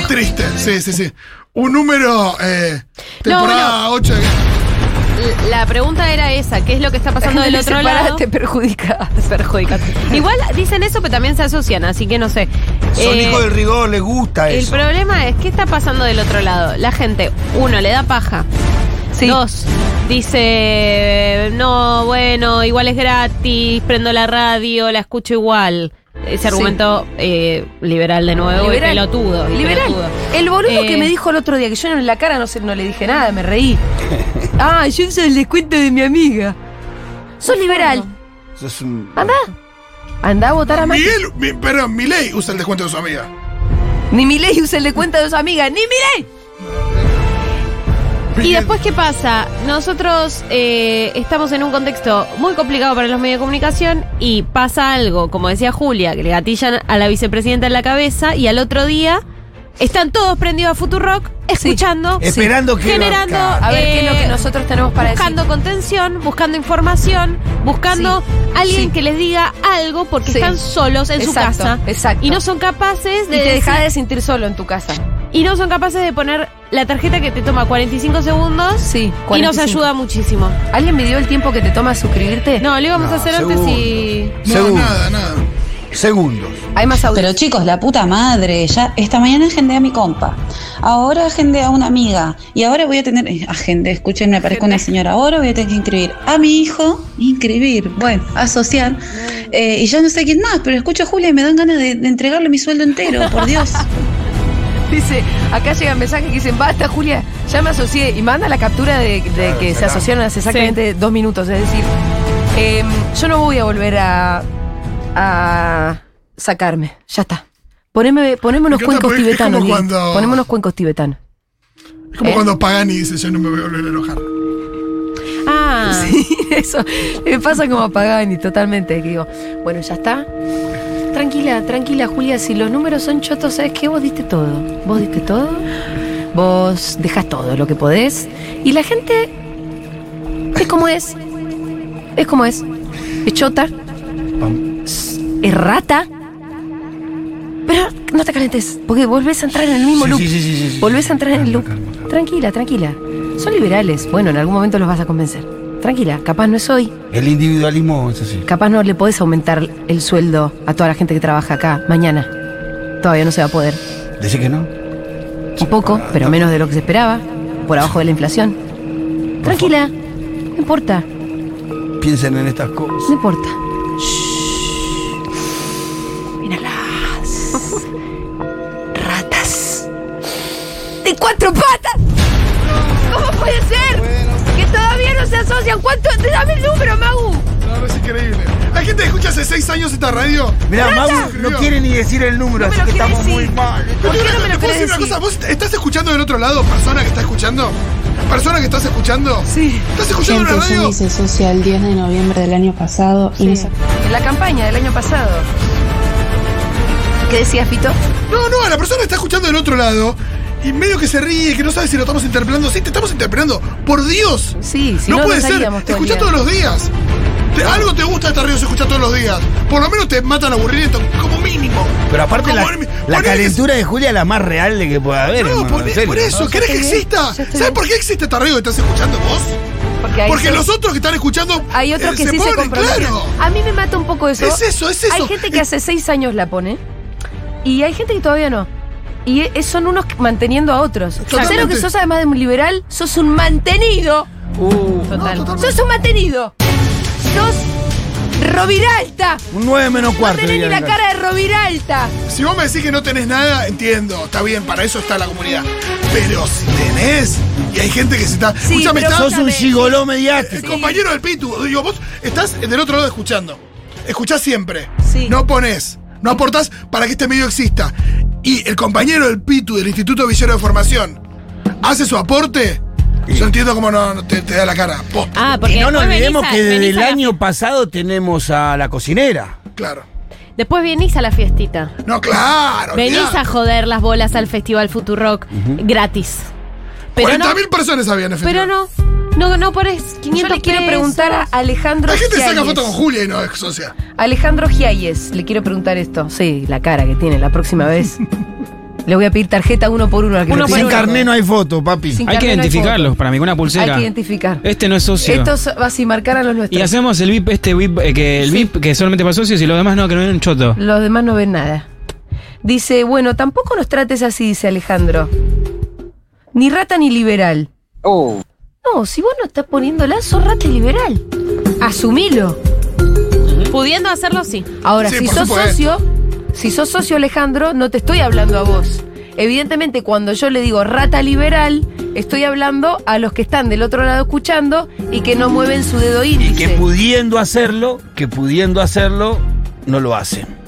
Speaker 6: triste. Sí, sí, sí. Un número eh, temporada 8.
Speaker 13: Giuliani. la pregunta era esa, ¿qué es lo que está
Speaker 3: (laughs)
Speaker 13: pasando del
Speaker 3: Te
Speaker 13: otro
Speaker 3: separás,
Speaker 13: lado?
Speaker 3: Te perjudicas.
Speaker 13: perjudicas. Igual dicen eso, pero también se asocian, así que no sé.
Speaker 5: Son
Speaker 13: Eh,
Speaker 5: hijos del rigor, les gusta
Speaker 13: El
Speaker 5: eso.
Speaker 13: problema es, ¿qué está pasando del otro lado? La gente, uno, le da paja. Dos, dice, no, bueno, igual es gratis, prendo la radio, la escucho igual. Ese
Speaker 3: Sí.
Speaker 13: argumento eh, liberal de nuevo
Speaker 3: Liberal.
Speaker 13: y pelotudo. y
Speaker 3: Liberal.
Speaker 13: pelotudo.
Speaker 3: El boludo
Speaker 13: Eh,
Speaker 3: que me dijo el otro día, que yo en la cara no, sé, no le dije nada, me
Speaker 13: (laughs)
Speaker 3: reí. ah, yo hice el descuento de mi amiga. Sos liberal.
Speaker 5: Eso es un-
Speaker 3: Anda. Anda a votar a Macri.
Speaker 6: Miguel, mi, perdón, Milei usa el descuento de su amiga.
Speaker 3: Ni Milei usa el descuento de su amiga. ¡Ni Milei!
Speaker 13: Y después, ¿qué pasa? Nosotros eh, estamos en un contexto muy complicado para los medios de comunicación y pasa algo, como decía Julia, que le gatillan a la vicepresidenta en la cabeza y al otro día están todos prendidos a Futurock, escuchando,
Speaker 5: Sí. Esperando que
Speaker 13: generando, eh,
Speaker 5: lo-
Speaker 3: A ver, ¿qué es lo que nosotros tenemos para decir?
Speaker 13: buscando contención, buscando información, buscando alguien que les diga algo porque
Speaker 3: Sí.
Speaker 13: están solos en su
Speaker 3: Exacto,
Speaker 13: casa
Speaker 3: exacto.
Speaker 13: y no son capaces de
Speaker 3: y te dejás
Speaker 13: decir-
Speaker 3: de sentir solo en tu casa.
Speaker 13: y no son capaces de poner la tarjeta que te toma 45 segundos y nos
Speaker 3: 45.
Speaker 13: ayuda muchísimo.
Speaker 3: ¿Alguien me dio el tiempo que te toma suscribirte?
Speaker 13: No, lo íbamos
Speaker 5: No,
Speaker 13: a hacer antes y...
Speaker 5: Segundos.
Speaker 6: nada.
Speaker 5: Segundos.
Speaker 3: Hay más
Speaker 19: Pero chicos, la puta madre, ya esta mañana agendé a mi compa. Ahora agendé a una amiga. Y ahora voy a tener. eh, Agendé, escuchen, me parezco una señora. Ahora voy a tener que inscribir a mi hijo. Inscribir, bueno, asociar. Eh, y ya no sé quién más, pero escucho a Julia y me dan ganas de, de entregarle mi sueldo entero, por Dios.
Speaker 3: (laughs) Dice, acá llegan mensajes que dicen, basta Julia, ya me asocié y manda la captura de, de
Speaker 19: Claro,
Speaker 3: que se
Speaker 19: sacá.
Speaker 3: asociaron hace exactamente dos minutos. Es decir, em, yo no voy a volver a, a sacarme, ya está. Poneme, poneme unos
Speaker 6: Me encanta
Speaker 3: cuencos
Speaker 6: porque es
Speaker 3: tibetanos.
Speaker 6: como
Speaker 3: Diego.
Speaker 6: cuando-
Speaker 3: Poneme unos cuencos tibetanos.
Speaker 6: Es como
Speaker 3: ¿Eh?
Speaker 6: cuando Pagani dice, yo no me voy a volver a enojar.
Speaker 13: Ah.
Speaker 3: (laughs) Sí, eso. Me pasa como a Pagani, totalmente. Que digo, bueno, ya está. Tranquila, tranquila, Julia, si los números son chotos, ¿sabes qué? Vos diste todo. Vos diste todo. Vos dejás todo lo que podés. Y la gente es como es. Es como es. Es chota. Es rata. Pero no te calentes, porque volvés a entrar en el mismo loop. volvés a entrar en el loop. Tranquila, tranquila. Son liberales. Bueno, en algún momento los vas a convencer. Tranquila, capaz no es hoy.
Speaker 5: El individualismo es así.
Speaker 3: Capaz no le podés aumentar el sueldo a toda la gente que trabaja acá mañana. Todavía no se va a poder.
Speaker 5: Decir que no.
Speaker 3: Un poco, pero menos de lo que se esperaba. Por abajo de la inflación. Tranquila, no importa,
Speaker 5: Piensen en estas cosas.
Speaker 3: no importa. (laughs) Ratas. ¡De cuatro patas! ¿Cómo puede ser? Que todavía no se asocian. ¿Cuánto? Te dame el número, Magu.
Speaker 6: No, es increíble. La gente escucha hace seis años esta radio.
Speaker 5: Mirá,
Speaker 6: Mago
Speaker 5: Magu no quiere ni decir el número, así que estamos muy mal.
Speaker 6: ¿Por qué no me lo querés decir? Una cosa? ¿Vos estás escuchando del otro lado, persona que está escuchando? ¿Persona que estás escuchando?
Speaker 3: Sí.
Speaker 6: ¿Estás escuchando
Speaker 18: Gente,
Speaker 6: una
Speaker 18: yo me
Speaker 6: radio?
Speaker 18: hice socia el 10 de noviembre del año pasado y no sa-
Speaker 3: En la campaña del año pasado. ¿Qué decías, Fito?
Speaker 6: No, no, la persona está escuchando del otro lado y medio que se ríe, que no sabe si lo estamos interpelando. Sí, te estamos interpelando. ¡Por Dios!
Speaker 3: Sí, si
Speaker 6: no,
Speaker 3: no,
Speaker 6: puede
Speaker 3: no
Speaker 6: ser.
Speaker 3: estaríamos todo el
Speaker 6: escucha
Speaker 3: día.
Speaker 6: todos los días. Te- algo te gusta de esta radio se escucha todos los días. Por lo menos te mata el aburrimiento, como mínimo.
Speaker 5: Pero aparte la,
Speaker 6: Como-
Speaker 5: la
Speaker 6: ponele que-
Speaker 5: calentura de Julia es la más real de que pueda haber.
Speaker 6: No,
Speaker 5: hermano,
Speaker 6: por,
Speaker 5: en serio.
Speaker 6: por eso, ¿querés que exista? ¿Sabes por qué existe esta radio que estás escuchando vos?
Speaker 3: Porque, hay
Speaker 6: Porque
Speaker 3: otros-
Speaker 6: los otros que están escuchando.
Speaker 3: Hay otros
Speaker 6: eh,
Speaker 3: que sí se
Speaker 6: ponen,
Speaker 3: comprometieron.
Speaker 6: Claro.
Speaker 3: A mí me mata un poco eso.
Speaker 6: Es eso, es eso.
Speaker 3: Hay gente que hace seis años la pone y hay gente que todavía no. Y e- son unos que- manteniendo a otros.
Speaker 6: Totalmente. Uh,
Speaker 3: Sé lo que sos, además de un liberal, sos un mantenido.
Speaker 13: Total.
Speaker 3: Sos un mantenido. Sos Robiralta.
Speaker 5: Un 9 menos
Speaker 3: No
Speaker 5: 4.
Speaker 3: tenés ni la cara de Robiralta.
Speaker 6: Si vos me decís que no tenés nada, entiendo, está bien, para eso está la comunidad. Pero si tenés, y hay gente que se está.
Speaker 3: Sí,
Speaker 6: Escúchame,
Speaker 3: pero
Speaker 6: está-
Speaker 5: Sos un gigoló
Speaker 6: El
Speaker 5: mediático.
Speaker 6: compañero del Pitu, digo, vos estás del otro lado escuchando. Escuchás siempre.
Speaker 3: Sí.
Speaker 6: No ponés, no aportás para que este medio exista. Y el compañero del Pitu del Instituto Villero de Formación hace su aporte. Yo entiendo cómo no, no te, te da la cara. Posta,
Speaker 13: Ah, porque
Speaker 5: Y no nos
Speaker 13: después
Speaker 5: olvidemos
Speaker 13: venís a-
Speaker 5: que desde
Speaker 13: venís
Speaker 5: el
Speaker 13: a la-
Speaker 5: año pasado tenemos a la cocinera.
Speaker 6: claro.
Speaker 13: Después venís a la fiestita.
Speaker 6: No, claro.
Speaker 13: venís a joder las bolas al Festival Futurock gratis. Pero no,
Speaker 6: 40.000 personas habían
Speaker 13: pero no. No, no por eso. 500
Speaker 3: Yo le quiero
Speaker 13: pesos.
Speaker 3: preguntar a Alejandro
Speaker 6: La gente saca
Speaker 3: Giáñez.
Speaker 6: foto con Julia y no es socia. (laughs)
Speaker 3: Alejandro Giáñez, le quiero preguntar esto. Sí, la cara que tiene la próxima vez. Le voy a pedir tarjeta uno por uno al que lo
Speaker 5: Sin
Speaker 3: pida.
Speaker 5: carné no hay foto, papi.
Speaker 3: Sin
Speaker 11: Hay que
Speaker 3: carnet no hay
Speaker 11: identificarlos
Speaker 3: foto.
Speaker 11: para mí, con una
Speaker 3: Hay
Speaker 11: pulsera.
Speaker 3: que identificar.
Speaker 11: Este no es socio.
Speaker 3: Estos así marcar a los nuestros.
Speaker 11: Y hacemos el VIP, este VIP, eh, que el VIP que solamente para socios y los demás no, que no ven un choto.
Speaker 3: Los demás no ven nada. Dice, bueno, tampoco nos trates así, dice Alejandro. Ni rata ni liberal. No, si vos no estás poniéndola, sos rata y liberal. Asumilo.
Speaker 13: Pudiendo hacerlo, sí.
Speaker 3: Ahora,
Speaker 13: Sí,
Speaker 3: si
Speaker 13: por
Speaker 3: sos
Speaker 13: supuesto.
Speaker 3: socio, si sos socio Alejandro, no te estoy hablando a vos. Evidentemente, cuando yo le digo rata liberal, estoy hablando a los que están del otro lado escuchando y que no mueven su dedo índice.
Speaker 5: Que pudiendo hacerlo, que pudiendo hacerlo, no lo hacen.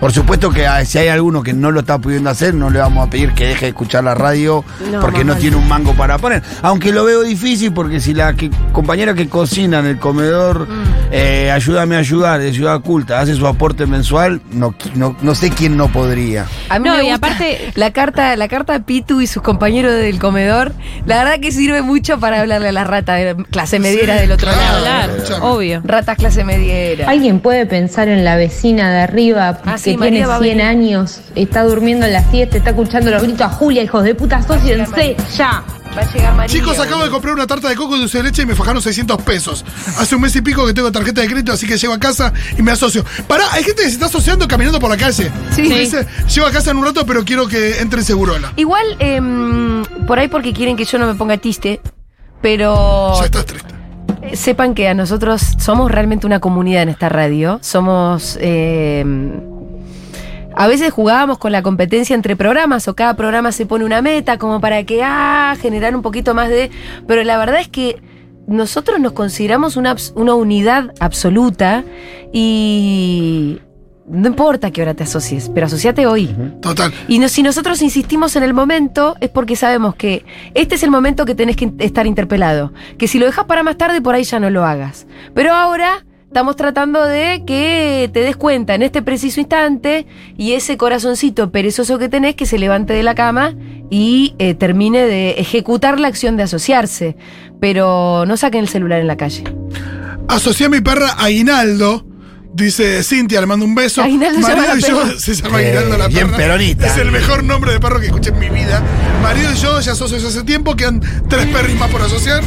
Speaker 5: Por supuesto que ah, si hay alguno que no lo está pudiendo hacer, no le vamos a pedir que deje de escuchar la radio
Speaker 20: No,
Speaker 5: porque
Speaker 20: más
Speaker 5: no
Speaker 20: vale.
Speaker 5: tiene un mango para poner. Aunque lo veo difícil porque si la que- compañera que cocina en el comedor, eh, ayúdame a ayudar, de Ciudad Culta, hace su aporte mensual, no, qui- no, no sé quién no podría.
Speaker 3: A mí
Speaker 13: No,
Speaker 3: me
Speaker 13: y
Speaker 3: gusta
Speaker 13: aparte-
Speaker 3: (laughs) la carta, la carta de Pitu y sus compañeros del comedor, la verdad que sirve mucho para hablarle a la rata de clase mediera
Speaker 13: Sí,
Speaker 3: del otro
Speaker 13: claro,
Speaker 3: lado.
Speaker 13: hablar, obvio.
Speaker 3: Ratas clase mediera.
Speaker 21: ¿Alguien puede pensar en la vecina de arriba
Speaker 3: Ah, sí,
Speaker 21: que
Speaker 3: María
Speaker 21: tiene
Speaker 3: va a
Speaker 21: 100
Speaker 3: venir.
Speaker 21: años, está durmiendo en la siesta, está escuchando los gritos a Julia, hijos de puta, sóciense ya?
Speaker 3: Va a llegar María.
Speaker 6: Chicos, acabo de comprar una tarta de coco y dulce de leche y me fajaron 600 pesos. Hace un mes y pico que tengo tarjeta de crédito, así que llego a casa y me asocio. Pará, hay gente que se está asociando caminando por la calle.
Speaker 3: Sí.
Speaker 6: Me dice, llego a casa en un rato, pero quiero que entre en Segurola.
Speaker 3: Igual, em, por ahí porque quieren que yo no me ponga triste, pero. Eh, Sepan que a nosotros somos realmente una comunidad en esta radio. Somos. em, a veces jugábamos con la competencia entre programas o cada programa se pone una meta como para que, ah, generar un poquito más de... Pero la verdad es que nosotros nos consideramos una, abs- una unidad absoluta y no importa qué hora te asocies, pero asociate hoy.
Speaker 6: Total.
Speaker 3: Y no- si nosotros insistimos en el momento es porque sabemos que este es el momento que tenés que in- estar interpelado. Que si lo dejas para más tarde, por ahí ya no lo hagas. Pero ahora estamos tratando de que te des cuenta en este preciso instante y ese corazoncito perezoso que tenés que se levante de la cama y eh, termine de ejecutar la acción de asociarse. Pero no saquen el celular en la calle.
Speaker 6: Asocié a mi perra a Aguinaldo. Dice Cintia, le mando un beso.
Speaker 3: Aguinaldo se llama
Speaker 6: Marido y
Speaker 3: la
Speaker 6: yo,
Speaker 3: perra.
Speaker 6: se llama
Speaker 5: Eh,
Speaker 6: Aguinaldo la
Speaker 5: bien
Speaker 6: perra.
Speaker 5: peronista.
Speaker 6: Es el mejor nombre de perro que escuché en mi vida. Marido y yo ya socios hace tiempo, quedan tres perris más por asociar.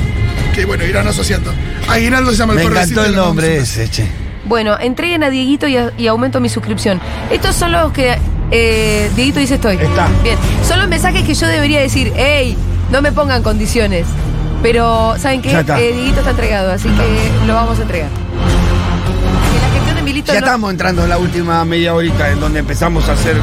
Speaker 6: Que bueno, irán asociando. Aguinaldo se llama el
Speaker 5: Me
Speaker 6: perro de
Speaker 5: encantó
Speaker 6: Cintia,
Speaker 5: el
Speaker 6: le mando un
Speaker 5: nombre
Speaker 6: beso.
Speaker 5: ese, che.
Speaker 3: Bueno, entreguen a Dieguito y, a- y aumento mi suscripción. Estos son los que. eh, Dieguito dice estoy. Está. Bien. Son los mensajes que yo debería decir, hey, no me pongan condiciones. Pero, ¿saben qué?
Speaker 5: Ya está.
Speaker 3: Eh, Dieguito está entregado, así que lo vamos a entregar. Que la gestión de Milito
Speaker 5: Ya
Speaker 3: no-
Speaker 5: estamos entrando en la última media horita en donde empezamos a hacer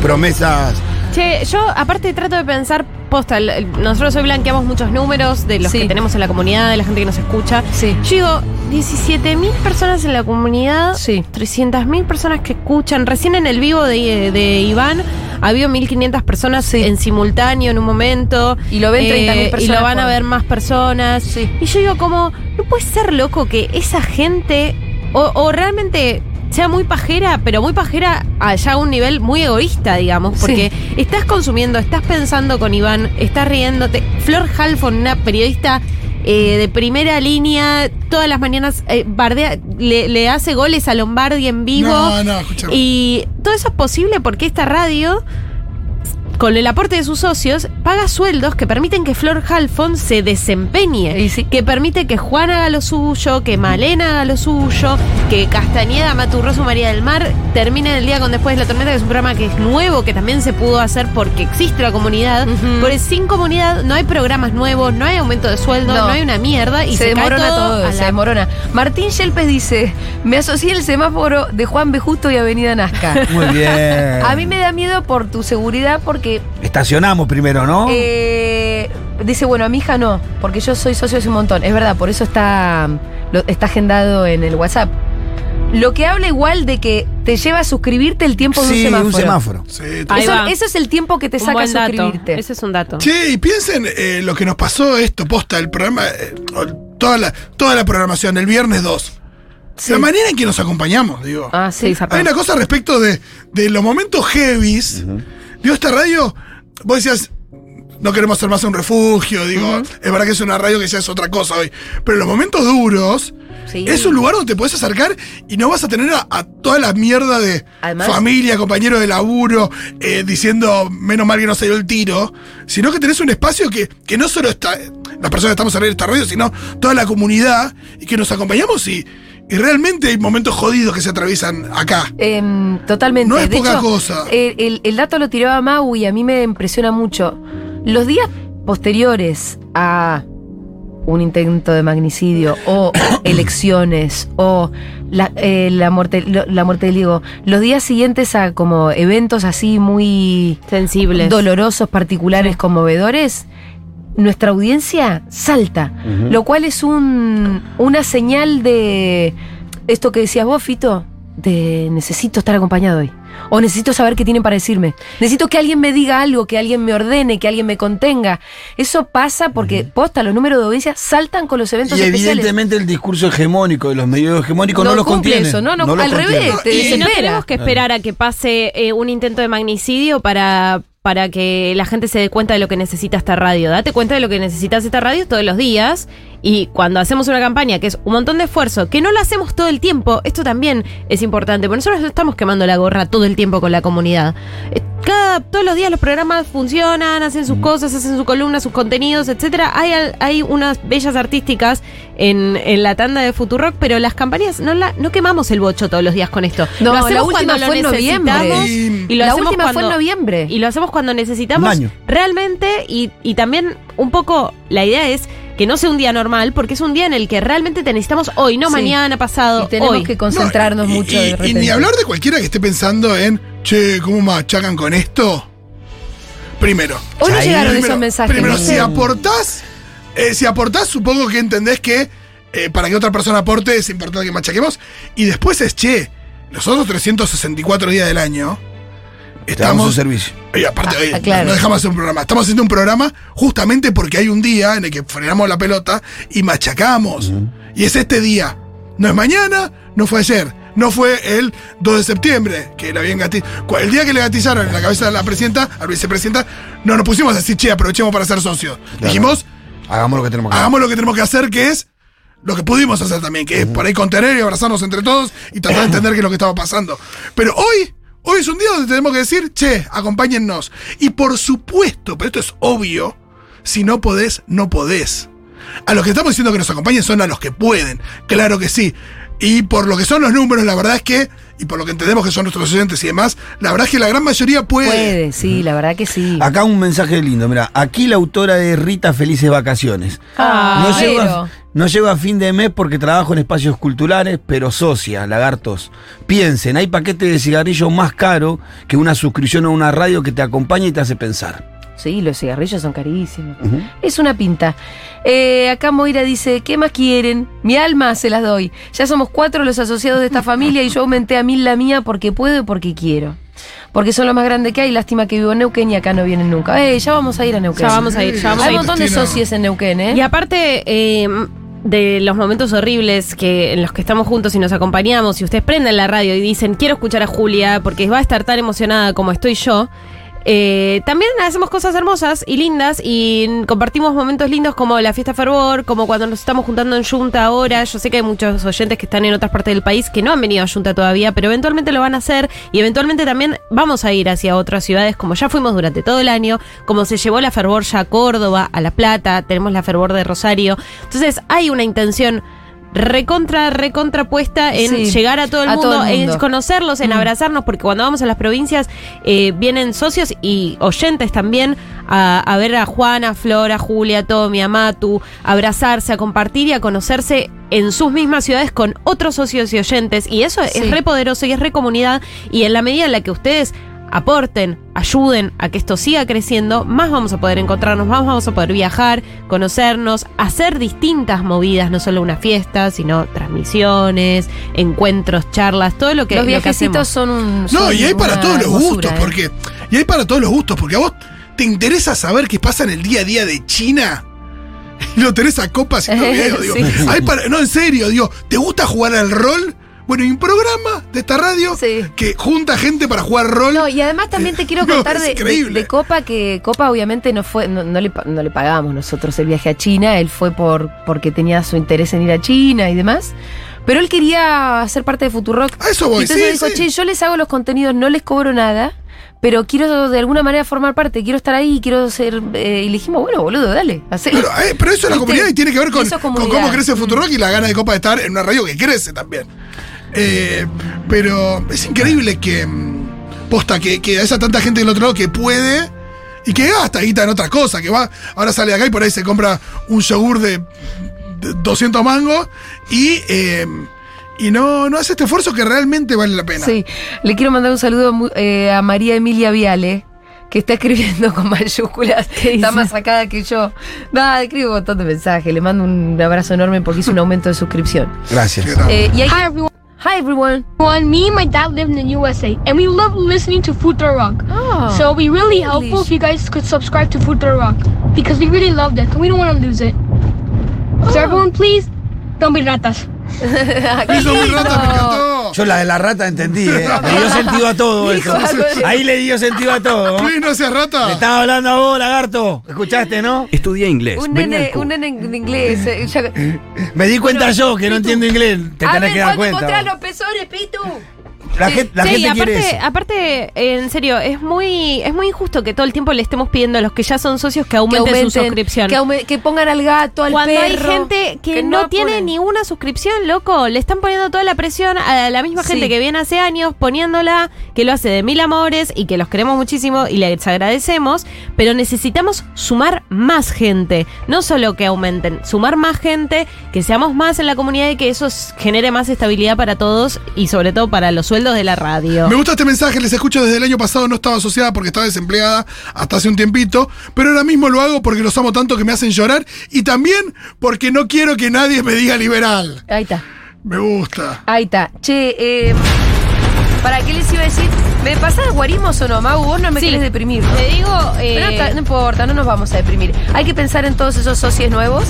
Speaker 5: promesas.
Speaker 13: Che, yo aparte trato de pensar posta, el- el- nosotros hoy blanqueamos muchos números de los que tenemos en la comunidad, de la gente que nos escucha. Yo digo, 17.000 personas en la comunidad, 300.000 personas que escuchan. Recién en el vivo de, de Iván había 1.500 personas en simultáneo en un momento. Eh,
Speaker 3: Y lo ven 30.000
Speaker 13: Y
Speaker 3: personas
Speaker 13: lo van a
Speaker 3: por-
Speaker 13: ver más personas. Y yo digo como, no puede ser loco que esa gente o, o realmente sea muy pajera, pero muy pajera allá a un nivel muy egoísta, digamos, porque estás consumiendo, estás pensando con Iván, estás riéndote. Flor Halfon, una periodista eh, de primera línea, todas las mañanas eh, bardea- le, le hace goles a Lombardi en vivo.
Speaker 6: No, no, escuchame.
Speaker 13: y todo eso es posible porque esta radio con el aporte de sus socios, paga sueldos que permiten que Flor Halfon se desempeñe. Que permite que Juan haga lo suyo, que Malena haga lo suyo, que Castañeda, Maturroso, María del Mar terminen el día con Después de la Tormenta, que es un programa que es nuevo, que también se pudo hacer porque existe la comunidad. Porque sin comunidad no hay programas nuevos, no hay aumento de sueldo, no, hay una mierda y se,
Speaker 3: se, demorona
Speaker 13: cae todo,
Speaker 3: todo,
Speaker 13: a
Speaker 3: se
Speaker 13: la-
Speaker 3: demorona. Martín Yelpes dice, Eh, me asocié el semáforo de Juan B. Justo y Avenida Nazca.
Speaker 5: Muy bien.
Speaker 3: (laughs) a mí me da miedo por tu seguridad porque
Speaker 5: Estacionamos primero, ¿no?
Speaker 3: Eh, dice, bueno, a mi hija no, porque yo soy socio hace un montón. Es verdad, por eso está, lo- está agendado en el WhatsApp. Lo que habla igual de que te lleva a suscribirte el tiempo de un
Speaker 5: sí,
Speaker 3: semáforo.
Speaker 5: un semáforo.
Speaker 6: Ahí
Speaker 3: Eso,
Speaker 6: va.
Speaker 3: eso es el tiempo que te
Speaker 13: Un
Speaker 3: saca
Speaker 13: buen dato.
Speaker 3: suscribirte.
Speaker 13: Ese es un dato.
Speaker 6: Che, y piensen eh, lo que nos pasó esto, posta, el programa, eh, toda, la, toda la programación, el viernes 2. La manera en que nos acompañamos, digo.
Speaker 3: Ah, sí,
Speaker 6: Hay una cosa respecto de, de los momentos heavies. Digo, esta radio, vos decías, no queremos ser más un refugio, digo, es verdad que es una radio que ya es otra cosa hoy, pero los momentos duros
Speaker 3: Sí.
Speaker 6: Es un lugar donde te puedes acercar y no vas a tener a, a toda la mierda de
Speaker 3: Además-
Speaker 6: familia, compañero de laburo, eh, diciendo menos mal que no se dio el tiro, sino que tenés un espacio que, que no solo está las personas que estamos en esta radio, sino toda la comunidad y que nos acompañamos y, y realmente hay momentos jodidos que se atraviesan acá.
Speaker 3: Em, totalmente.
Speaker 6: No es
Speaker 3: De
Speaker 6: poca
Speaker 3: hecho,
Speaker 6: cosa.
Speaker 3: El, el- el dato lo tiraba Mau y a mí me impresiona mucho. Los días posteriores a un intento de magnicidio
Speaker 6: (coughs)
Speaker 3: o elecciones o la, eh, la muerte lo- la muerte del higo los días siguientes a como eventos así muy
Speaker 13: sensibles
Speaker 3: dolorosos particulares conmovedores nuestra audiencia salta
Speaker 13: Ujú.
Speaker 3: lo cual es un una señal de esto que decías vos Fito de necesito estar acompañado hoy o necesito saber qué tienen para decirme necesito que alguien me diga algo que alguien me ordene que alguien me contenga eso pasa porque posta los números de audiencia saltan con los eventos
Speaker 5: Y
Speaker 3: especiales
Speaker 5: evidentemente el discurso hegemónico de los medios hegemónicos no,
Speaker 3: No
Speaker 5: los
Speaker 3: cumple
Speaker 5: contiene.
Speaker 3: eso, no, no,
Speaker 5: los
Speaker 3: al
Speaker 5: contiene.
Speaker 3: revés, te
Speaker 13: Y no
Speaker 3: desespera.
Speaker 13: tenemos que esperar a que pase eh, un intento de magnicidio para, para que la gente se dé cuenta de lo que necesita esta radio. Date cuenta de lo que necesitas esta radio todos los días. Y cuando hacemos una campaña que es un montón de esfuerzo, que no la hacemos todo el tiempo, esto también es importante, porque nosotros no estamos quemando la gorra todo el tiempo con la comunidad. Eh, Cada, todos los días los programas funcionan, hacen sus cosas, hacen su columna, sus contenidos, etcétera. Hay, al- hay unas bellas artísticas en, en la tanda de Futurock, pero las campañas no, la, no quemamos el bocho todos los días con esto.
Speaker 3: No,
Speaker 13: lo hacemos
Speaker 3: la última
Speaker 13: cuando
Speaker 3: fue en
Speaker 13: lo
Speaker 3: noviembre.
Speaker 13: necesitamos y lo
Speaker 3: La
Speaker 13: hacemos
Speaker 3: última fue en
Speaker 13: cuando-
Speaker 3: noviembre.
Speaker 13: Y lo hacemos cuando necesitamos
Speaker 3: Un año.
Speaker 13: realmente y, y también un poco la idea es que no sea un día normal porque es un día en el que realmente te necesitamos hoy, no
Speaker 3: Sí.
Speaker 13: mañana pasado.
Speaker 3: Y tenemos
Speaker 13: hoy.
Speaker 3: que concentrarnos mucho de
Speaker 6: Y
Speaker 3: repente.
Speaker 6: ni hablar de cualquiera que esté pensando en, che, ¿cómo machacan con esto? Primero.
Speaker 3: Hoy no llegaron
Speaker 6: primero,
Speaker 3: esos mensajes,
Speaker 6: Primero,
Speaker 3: no
Speaker 6: si
Speaker 3: sé.
Speaker 6: aportás, eh, si aportás, supongo que entendés que eh, para que otra persona aporte es importante que machaquemos. Y después es, che, los otros 364 días del año
Speaker 5: Estamos
Speaker 6: estamos
Speaker 5: en servicio.
Speaker 6: y aparte,
Speaker 5: Ah,
Speaker 6: oye,
Speaker 5: ah, claro.
Speaker 6: no dejamos hacer un programa. Estamos haciendo un programa justamente porque hay un día en el que frenamos la pelota y machacamos. Y es este día. No es mañana, no fue ayer. No fue el 2 de septiembre que la habían gati- cu- El día que le gatillaron en la cabeza a la presidenta, a la vicepresidenta, no nos pusimos a decir, che, aprovechemos para ser socios. Dijimos,
Speaker 5: Hagamos lo que tenemos que hacer.
Speaker 6: hagamos lo que tenemos que hacer, que es lo que pudimos hacer también, que es por ahí contener y abrazarnos entre todos y tratar de entender qué es lo que estaba pasando. Pero hoy, hoy es un día donde tenemos que decir, che, acompáñennos. Y por supuesto, pero esto es obvio, si no podés, no podés. A los que estamos diciendo que nos acompañen son a los que pueden, claro que sí. Y por lo que son los números, la verdad es que, y por lo que entendemos que son nuestros oyentes y demás, la verdad es que la gran mayoría puede.
Speaker 3: puede sí la verdad que sí
Speaker 5: Acá un mensaje lindo, mira, aquí la autora de Rita Felices Vacaciones.
Speaker 3: Ah,
Speaker 5: no, llego
Speaker 3: pero.
Speaker 5: a, no llego a fin de mes porque trabajo en espacios culturales, pero socia, lagartos. Piensen, hay paquetes de cigarrillos más caro que una suscripción a una radio que te acompaña y te hace pensar.
Speaker 3: Sí, los cigarrillos son carísimos. Es una pinta. Eh, acá Moira dice, ¿qué más quieren? Mi alma se las doy. Ya somos cuatro los asociados de esta familia y yo aumenté a mil la mía porque puedo y porque quiero. Porque son los más grandes que hay. Lástima que vivo en Neuquén y acá no vienen nunca. Eh, ya vamos a ir a Neuquén.
Speaker 13: Ya vamos a ir, ya vamos
Speaker 3: Hay
Speaker 13: a ir.
Speaker 3: un montón de
Speaker 13: Cristina.
Speaker 3: socios en Neuquén, ¿eh?
Speaker 13: Y aparte eh, de los momentos horribles que en los que estamos juntos y nos acompañamos, y ustedes prenden la radio y dicen, quiero escuchar a Julia porque va a estar tan emocionada como estoy yo. eh, también hacemos cosas hermosas y lindas y compartimos momentos lindos como la fiesta Fervor, como cuando nos estamos juntando en Junta ahora. Yo sé que hay muchos oyentes que están en otras partes del país que no han venido a Junta todavía, pero eventualmente lo van a hacer y eventualmente también vamos a ir hacia otras ciudades como ya fuimos durante todo el año, como se llevó la Fervor ya a Córdoba, a La Plata, tenemos la Fervor de Rosario. Entonces hay una intención recontra, recontrapuesta en
Speaker 3: Sí,
Speaker 13: llegar a todo el
Speaker 3: a
Speaker 13: mundo,
Speaker 3: todo el mundo.
Speaker 13: en conocerlos, en abrazarnos, porque cuando vamos a las provincias eh, vienen socios y oyentes también a, a ver a Juana, a Flor, a Julia, a Tommy, a Matu, a abrazarse, a compartir y a conocerse en sus mismas ciudades con otros socios y oyentes. Y eso
Speaker 3: Sí.
Speaker 13: es re poderoso y es re comunidad. Y en la medida en la que ustedes aporten, ayuden a que esto siga creciendo, más vamos a poder encontrarnos, más vamos a poder viajar, conocernos, hacer distintas movidas, no solo una fiesta, sino transmisiones, encuentros, charlas, todo lo que
Speaker 3: los
Speaker 13: lo que
Speaker 3: viajecitos
Speaker 13: hacemos.
Speaker 3: son un...
Speaker 6: No,
Speaker 3: son
Speaker 6: y hay para
Speaker 3: una
Speaker 6: todos los
Speaker 3: hermosura,
Speaker 6: gustos,
Speaker 3: ¿eh?
Speaker 6: porque. Y hay para todos los gustos, porque a vos te interesa saber qué pasa en el día a día de China. (laughs)
Speaker 3: (laughs)
Speaker 6: Y lo tenés a copas y todo video, digo.
Speaker 5: Sí.
Speaker 6: Hay para- no, en serio, digo, ¿te gusta jugar al rol? Bueno, y un programa de esta radio que junta gente para jugar rol.
Speaker 3: No, y además también te quiero
Speaker 6: (laughs) No,
Speaker 3: contar
Speaker 6: es
Speaker 3: de, de-
Speaker 6: increíble.
Speaker 3: de Copa, que Copa obviamente no fue, no, no le, pa- no le pagábamos nosotros el viaje a China, él fue por porque tenía su interés en ir a China y demás. Pero él quería ser parte de Futurock.
Speaker 6: eso voy,
Speaker 3: Y Entonces
Speaker 6: sí,
Speaker 3: dijo,
Speaker 6: sí.
Speaker 3: che, yo les hago los contenidos, no les cobro nada, pero quiero de alguna manera formar parte, quiero estar ahí, quiero ser. eh, y le dijimos, bueno, boludo, dale, hacelo.
Speaker 6: Pero, eh, pero eso es la
Speaker 3: ¿Viste?
Speaker 6: comunidad y tiene que ver con,
Speaker 3: Eso es
Speaker 6: con
Speaker 3: comunidad. Mm.
Speaker 6: cómo crece Futurock y la gana de Copa de estar en una radio que crece también. Eh, pero es increíble que. mm, Posta, que, que haya tanta gente del otro lado que puede y que gasta guita en otra cosa. Que va, ahora sale de acá y por ahí se compra un yogur de, de 200 mangos y. eh, y no, no hace este esfuerzo que realmente vale la pena.
Speaker 3: Sí, le quiero mandar un saludo mu- eh, a María Emilia Viale, que está escribiendo con mayúsculas, está más sacada que yo. Nada, escribo un montón de mensajes, le mando un abrazo enorme porque hizo un aumento de suscripción.
Speaker 5: Gracias.
Speaker 3: Eh, y hay-
Speaker 20: Hi everyone.
Speaker 3: Hi everyone.
Speaker 20: Everyone, me and my dad live in the USA, and we love listening to Future Rock.
Speaker 3: Oh,
Speaker 20: so it'd be really helpful if you guys could subscribe to Future Rock because we really love that, and we don't want to lose it.
Speaker 3: Oh.
Speaker 20: So everyone, please, don't
Speaker 3: (laughs)
Speaker 20: be ratas.
Speaker 5: Yo la de la rata entendí,
Speaker 6: (laughs)
Speaker 5: ¿eh? Le dio sentido a todo eso.
Speaker 20: Dijo algo de-
Speaker 5: Ahí le dio sentido a todo.
Speaker 6: Luis, no seas rata.
Speaker 5: Le estaba hablando a vos, lagarto. ¿Escuchaste, no?
Speaker 16: Estudié inglés.
Speaker 3: un
Speaker 5: venía
Speaker 3: nene,
Speaker 5: al cubo.
Speaker 3: un nene en inglés. eh, ya-
Speaker 5: Me di cuenta yo que no entiendo inglés. Te
Speaker 3: A ver,
Speaker 5: tenés que dar
Speaker 3: ¿cuándo mostrás
Speaker 5: cuenta.
Speaker 3: los pezones, Pitu?
Speaker 5: La gente, la
Speaker 13: Ah, pues, Sí,
Speaker 5: gente
Speaker 13: aparte,
Speaker 5: quiere eso.
Speaker 13: aparte, eh, en serio, es muy, es muy injusto que todo el tiempo le estemos pidiendo a los que ya son socios que
Speaker 3: Que
Speaker 13: aumenten,
Speaker 3: aumenten,
Speaker 13: su suscripción.
Speaker 3: Que, aume- que pongan al gato, al
Speaker 13: Cuando hay
Speaker 3: perro,
Speaker 13: gente que, no,
Speaker 3: la
Speaker 13: tiene
Speaker 3: ponen.
Speaker 13: ninguna suscripción, loco, le están poniendo toda la presión a la misma gente
Speaker 3: Sí.
Speaker 13: que viene hace años poniéndola, que lo hace de mil amores y que los queremos muchísimo y les agradecemos, pero necesitamos sumar más gente, no solo que aumenten, sumar más gente, que seamos más en la comunidad y que eso s- genere más estabilidad para todos y sobre todo para los sueldos de la radio.
Speaker 6: Me gusta este mensaje, les escucho desde el año pasado, no estaba asociada porque estaba desempleada hasta hace un tiempito, pero ahora mismo lo hago porque los amo tanto que me hacen llorar y también porque no quiero que nadie me diga liberal.
Speaker 3: Ahí está.
Speaker 6: Me gusta.
Speaker 3: Ahí está. Che, eh, ¿para qué les iba a decir? ¿Me pasás guarimos o no, Mau? Vos no me
Speaker 13: Sí.
Speaker 3: querés deprimir. ¿no?
Speaker 13: Te digo, eh,
Speaker 3: Pero no, ta- no importa, no nos vamos a deprimir. Hay que pensar en todos esos socios nuevos.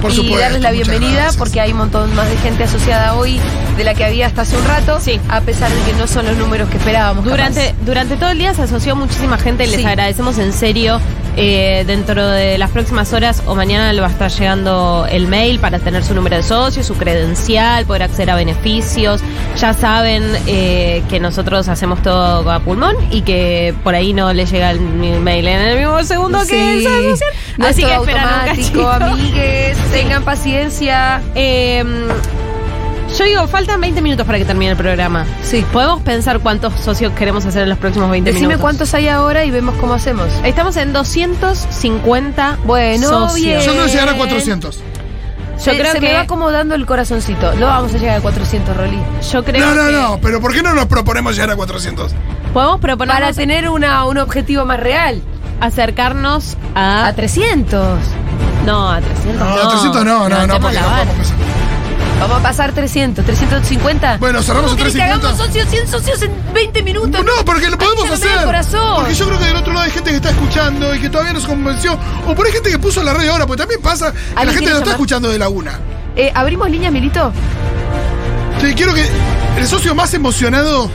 Speaker 13: Por
Speaker 3: y
Speaker 13: supuesto,
Speaker 3: darles la
Speaker 13: muchas
Speaker 3: bienvenida
Speaker 13: gracias.
Speaker 3: porque hay un montón más de gente asociada hoy de la que había hasta hace un rato, a pesar de que no son los números que esperábamos.
Speaker 13: Durante,
Speaker 3: capaz.
Speaker 13: durante todo el día se asoció muchísima gente, les
Speaker 3: Sí.
Speaker 13: agradecemos en serio. Eh, dentro de las próximas horas o mañana le va a estar llegando el mail para tener su número de socio, su credencial, poder acceder a beneficios. Ya saben eh, que nosotros hacemos todo a pulmón y que por ahí no les llega el mail en el mismo segundo que
Speaker 3: Sí.
Speaker 13: se asocian.
Speaker 3: No es
Speaker 13: Así que
Speaker 3: todo
Speaker 13: esperan un
Speaker 3: automático,
Speaker 13: cachito.
Speaker 3: amigues, tengan paciencia. Em,
Speaker 13: Yo digo, faltan 20 minutos para que termine el programa. Sí. Podemos pensar cuántos socios queremos hacer en los próximos 20
Speaker 3: Decime
Speaker 13: minutos.
Speaker 3: cuántos hay ahora y vemos cómo hacemos.
Speaker 13: Estamos en 250
Speaker 3: bueno,
Speaker 13: socios.
Speaker 3: bien.
Speaker 13: Yo creo que llegará
Speaker 6: a 400.
Speaker 3: Se-
Speaker 13: creo
Speaker 3: se
Speaker 13: que-
Speaker 3: me va acomodando el corazoncito. No vamos a llegar a 400, Rolly.
Speaker 13: Yo creo
Speaker 6: No, no, no, pero ¿por qué no nos proponemos llegar a 400?
Speaker 13: Podemos proponer
Speaker 3: para tener una, un objetivo más real.
Speaker 13: Acercarnos a...
Speaker 3: A 300.
Speaker 13: No, a 300 no.
Speaker 6: No, 300 no, no, no,
Speaker 13: hacemos
Speaker 6: porque
Speaker 13: la
Speaker 6: no
Speaker 13: vara.
Speaker 6: podemos pensar.
Speaker 3: Vamos a pasar 300, 350.
Speaker 6: Bueno, cerramos
Speaker 3: ¿Cómo querés
Speaker 6: en
Speaker 3: que
Speaker 6: 350?
Speaker 3: hagamos socios, 100 socios en 20 minutos?
Speaker 6: No, porque lo podemos
Speaker 3: Ay, ya no me da
Speaker 6: hacer.
Speaker 3: el corazón.
Speaker 6: Porque yo creo que del otro lado hay gente que está escuchando y que todavía no se convenció. O por ahí gente que puso la radio ahora, porque también pasa que la
Speaker 3: ¿Alguien
Speaker 6: gente
Speaker 3: quiere
Speaker 6: lo está
Speaker 3: llamar?
Speaker 6: escuchando de la una.
Speaker 3: Eh, ¿Abrimos líneas, Milito?
Speaker 6: Sí, quiero que el socio más emocionado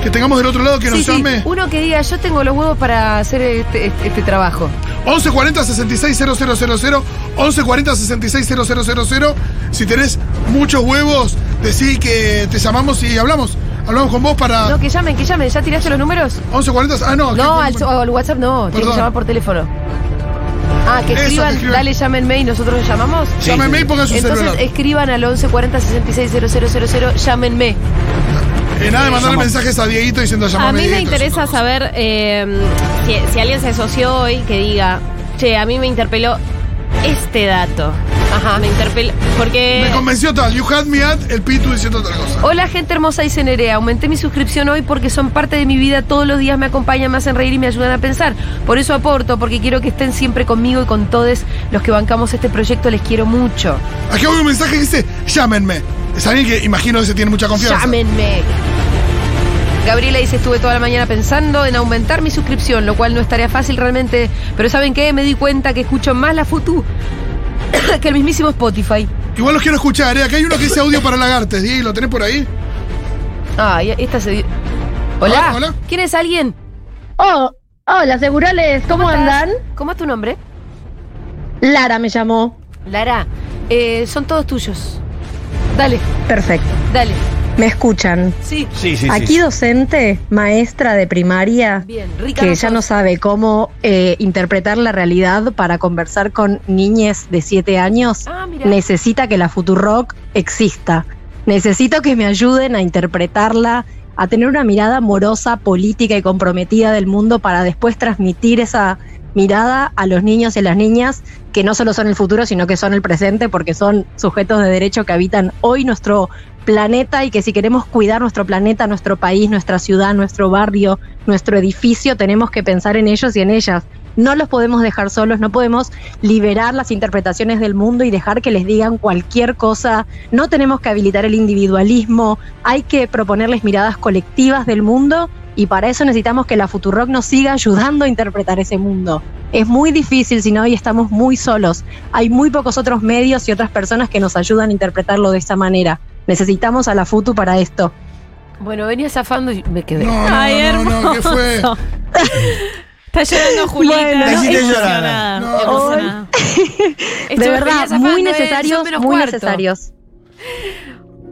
Speaker 6: que tengamos del otro lado que nos
Speaker 3: Sí, sí,
Speaker 6: llame.
Speaker 3: Uno que diga, yo tengo los huevos para hacer este, este- este trabajo.
Speaker 6: 1140 660000 1140 660000 Si tenés muchos huevos, decí que te llamamos y hablamos. Hablamos con vos para.
Speaker 3: No, que llamen, que llamen. ¿Ya tiraste los números?
Speaker 6: 1140. Ah, no.
Speaker 3: No, al, al WhatsApp no. Tienen que
Speaker 6: Perdón.
Speaker 3: llamar por teléfono. Ah, que
Speaker 6: Eso, que
Speaker 3: escriban,
Speaker 6: escriban.
Speaker 3: dale, llámenme y nosotros los llamamos.
Speaker 6: Sí. Llámenme y pongan su
Speaker 3: Entonces,
Speaker 6: celular.
Speaker 3: escriban al 1140 660000, llámenme.
Speaker 6: Eh, nada de mandarle mensajes a Dieguito diciendo llamame.
Speaker 13: A mí me
Speaker 6: Dieguito".
Speaker 13: interesa saber eh, si, si alguien se asoció hoy que diga, che, a mí me interpeló este dato. Ajá. Me interpeló. Porque.
Speaker 6: Me convenció tal. You had me at el Pitu diciendo otra cosa.
Speaker 3: Hola gente hermosa, dice Nerea. Aumenté mi suscripción hoy porque son parte de mi vida. Todos los días me acompañan, me hacen reír y me ayudan a pensar. Por eso aporto, porque quiero que estén siempre conmigo y con todos los que bancamos este proyecto. Les quiero mucho.
Speaker 6: Aquí hay un mensaje que dice: llámenme. Es alguien que imagino que se tiene mucha confianza.
Speaker 3: Llámenme. Gabriela dice, estuve toda la mañana pensando en aumentar mi suscripción, lo cual no estaría fácil realmente. Pero ¿saben qué? Me di cuenta que escucho más la Futu (coughs) que el mismísimo Spotify.
Speaker 6: Igual los quiero escuchar, ¿eh? Acá hay uno que dice audio para lagartes, Diego, ¿lo tenés por ahí?
Speaker 3: Ah, y esta se dio.
Speaker 6: Ah,
Speaker 3: Hola. ¿Quién es alguien?
Speaker 16: Oh, hola, segurales, ¿cómo, andan?
Speaker 3: ¿Cómo es tu nombre?
Speaker 16: Lara me llamó.
Speaker 3: Lara, eh, son todos tuyos. Dale.
Speaker 16: Perfecto.
Speaker 3: Dale.
Speaker 16: ¿Me escuchan?
Speaker 3: Sí.
Speaker 5: Sí, sí, sí.
Speaker 16: Aquí docente, maestra de primaria,
Speaker 3: Bien,
Speaker 16: que ya no sabe cómo eh, interpretar la realidad para conversar con niñes de 7 años, necesita que la Futurock exista. Necesito que me ayuden a interpretarla, a tener una mirada amorosa, política y comprometida del mundo para después transmitir esa mirada a los niños y las niñas que no solo son el futuro, sino que son el presente, porque son sujetos de derecho que habitan hoy nuestro planeta y que si queremos cuidar nuestro planeta, nuestro país, nuestra ciudad, nuestro barrio, nuestro edificio, tenemos que pensar en ellos y en ellas. No los podemos dejar solos, no podemos liberar las interpretaciones del mundo y dejar que les digan cualquier cosa. No tenemos que habilitar el individualismo, hay que proponerles miradas colectivas del mundo y para eso necesitamos que la Futurock nos siga ayudando a interpretar ese mundo. Es muy difícil si no hoy estamos muy solos. Hay muy pocos otros medios y otras personas que nos ayudan a interpretarlo de esta manera. Necesitamos a la Futu para esto.
Speaker 3: Bueno, venía zafando y me quedé.
Speaker 6: No, no, no, no, no,
Speaker 3: (laughs)
Speaker 6: ¿qué fue?
Speaker 13: hermoso. Está llorando Julieta.
Speaker 6: Bueno, La hiciste llorar.
Speaker 13: emocionada,
Speaker 6: No.
Speaker 13: emocionada.
Speaker 16: de
Speaker 3: (laughs) Estuve
Speaker 16: verdad,
Speaker 3: zafando,
Speaker 16: muy
Speaker 3: eh,
Speaker 16: necesarios,
Speaker 3: son menos
Speaker 16: muy
Speaker 3: cuarto.
Speaker 16: necesarios.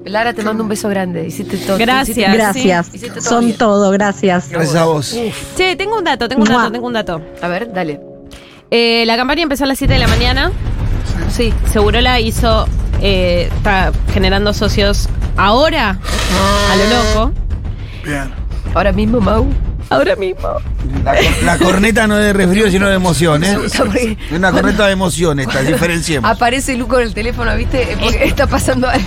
Speaker 3: Lara, te mando un beso grande. Hiciste todo. hiciste-
Speaker 16: Gracias.
Speaker 3: hiciste todo
Speaker 16: Son
Speaker 3: bien.
Speaker 16: todo, gracias.
Speaker 13: Che, tengo un dato, tengo un dato,
Speaker 16: Mua.
Speaker 13: tengo un dato.
Speaker 3: A ver, dale.
Speaker 13: Eh, la campaña empezó a las 7 de la mañana. Sí. Seguro la hizo. eh, está generando socios ahora. A lo loco.
Speaker 6: Bien.
Speaker 3: Ah. Ahora mismo, Mau.
Speaker 13: Ahora mismo.
Speaker 5: La, cor- la corneta no es de resfrío, sino de emoción,
Speaker 3: (laughs)
Speaker 5: ¿eh?
Speaker 3: No, porque-
Speaker 5: Es una corneta de emoción esta, diferenciemos.
Speaker 3: Aparece Lu con el teléfono, ¿viste? Eh, Porque está pasando algo.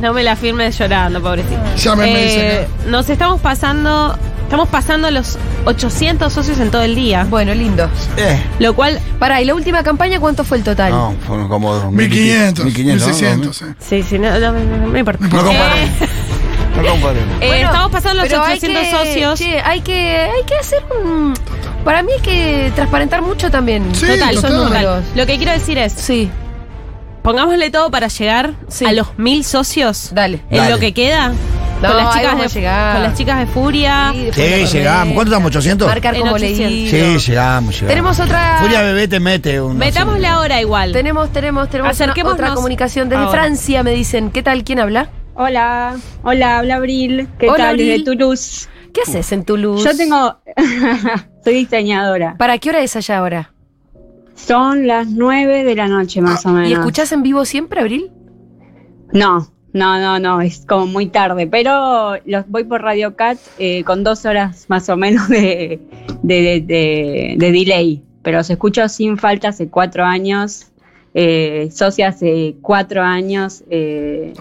Speaker 13: No me la firmes llorando, pobrecito.
Speaker 3: Llámenme,
Speaker 13: Eh, Nos estamos pasando. Estamos pasando los 800 socios en todo el día.
Speaker 3: Bueno, lindo.
Speaker 5: Eh,
Speaker 13: Lo cual.
Speaker 3: Pará, ¿y la última campaña cuánto fue el total?
Speaker 5: no, fueron como
Speaker 6: 1500,
Speaker 5: 1500, ¿no?
Speaker 6: 1600, eh.
Speaker 13: Sí, sí, no, no, no, no me importa.
Speaker 5: No comparemos. No comparemos.
Speaker 13: Eh, estamos pasando los
Speaker 3: pero hay
Speaker 13: 800
Speaker 3: que-
Speaker 13: socios.
Speaker 3: che, hay que, hay que hacer un. Para mí hay que transparentar mucho también.
Speaker 13: total, son
Speaker 3: números.
Speaker 13: números. Lo que quiero decir es.
Speaker 3: Sí.
Speaker 13: Pongámosle todo para llegar a los mil socios.
Speaker 3: Dale.
Speaker 13: En
Speaker 5: Dale.
Speaker 13: lo que queda.
Speaker 3: No,
Speaker 13: con, las
Speaker 3: ahí
Speaker 13: chicas
Speaker 3: vamos
Speaker 13: de,
Speaker 3: a llegar.
Speaker 13: con las chicas de Furia.
Speaker 5: Sí, llegamos. ¿Cuánto estamos? ¿800?
Speaker 3: Marcar como leí.
Speaker 5: Sí, llegamos, llegamos.
Speaker 3: Tenemos otra-
Speaker 5: Furia Bebé te mete un.
Speaker 13: Metámosle ahora igual.
Speaker 3: Tenemos, tenemos, tenemos una-
Speaker 13: Acerquémonos
Speaker 3: otra comunicación desde
Speaker 13: ahora.
Speaker 3: Francia, me dicen. ¿Qué tal? ¿Quién habla?
Speaker 9: Hola, hola, habla Abril. ¿Qué
Speaker 3: Hola,
Speaker 9: tal? Desde
Speaker 3: Abril.
Speaker 9: Toulouse.
Speaker 3: ¿Qué haces en Toulouse?
Speaker 9: Yo tengo. soy diseñadora.
Speaker 3: ¿Para qué hora es allá ahora?
Speaker 9: Son las 9 de la noche más o menos.
Speaker 3: ¿Y escuchás en vivo siempre, Abril?
Speaker 9: No, no, no, no, es como muy tarde. Pero los voy por Radio Cat eh, con dos horas más o menos de, de, de- de- de delay. Pero los escucho sin falta hace cuatro años. Eh, socia hace cuatro años. eh,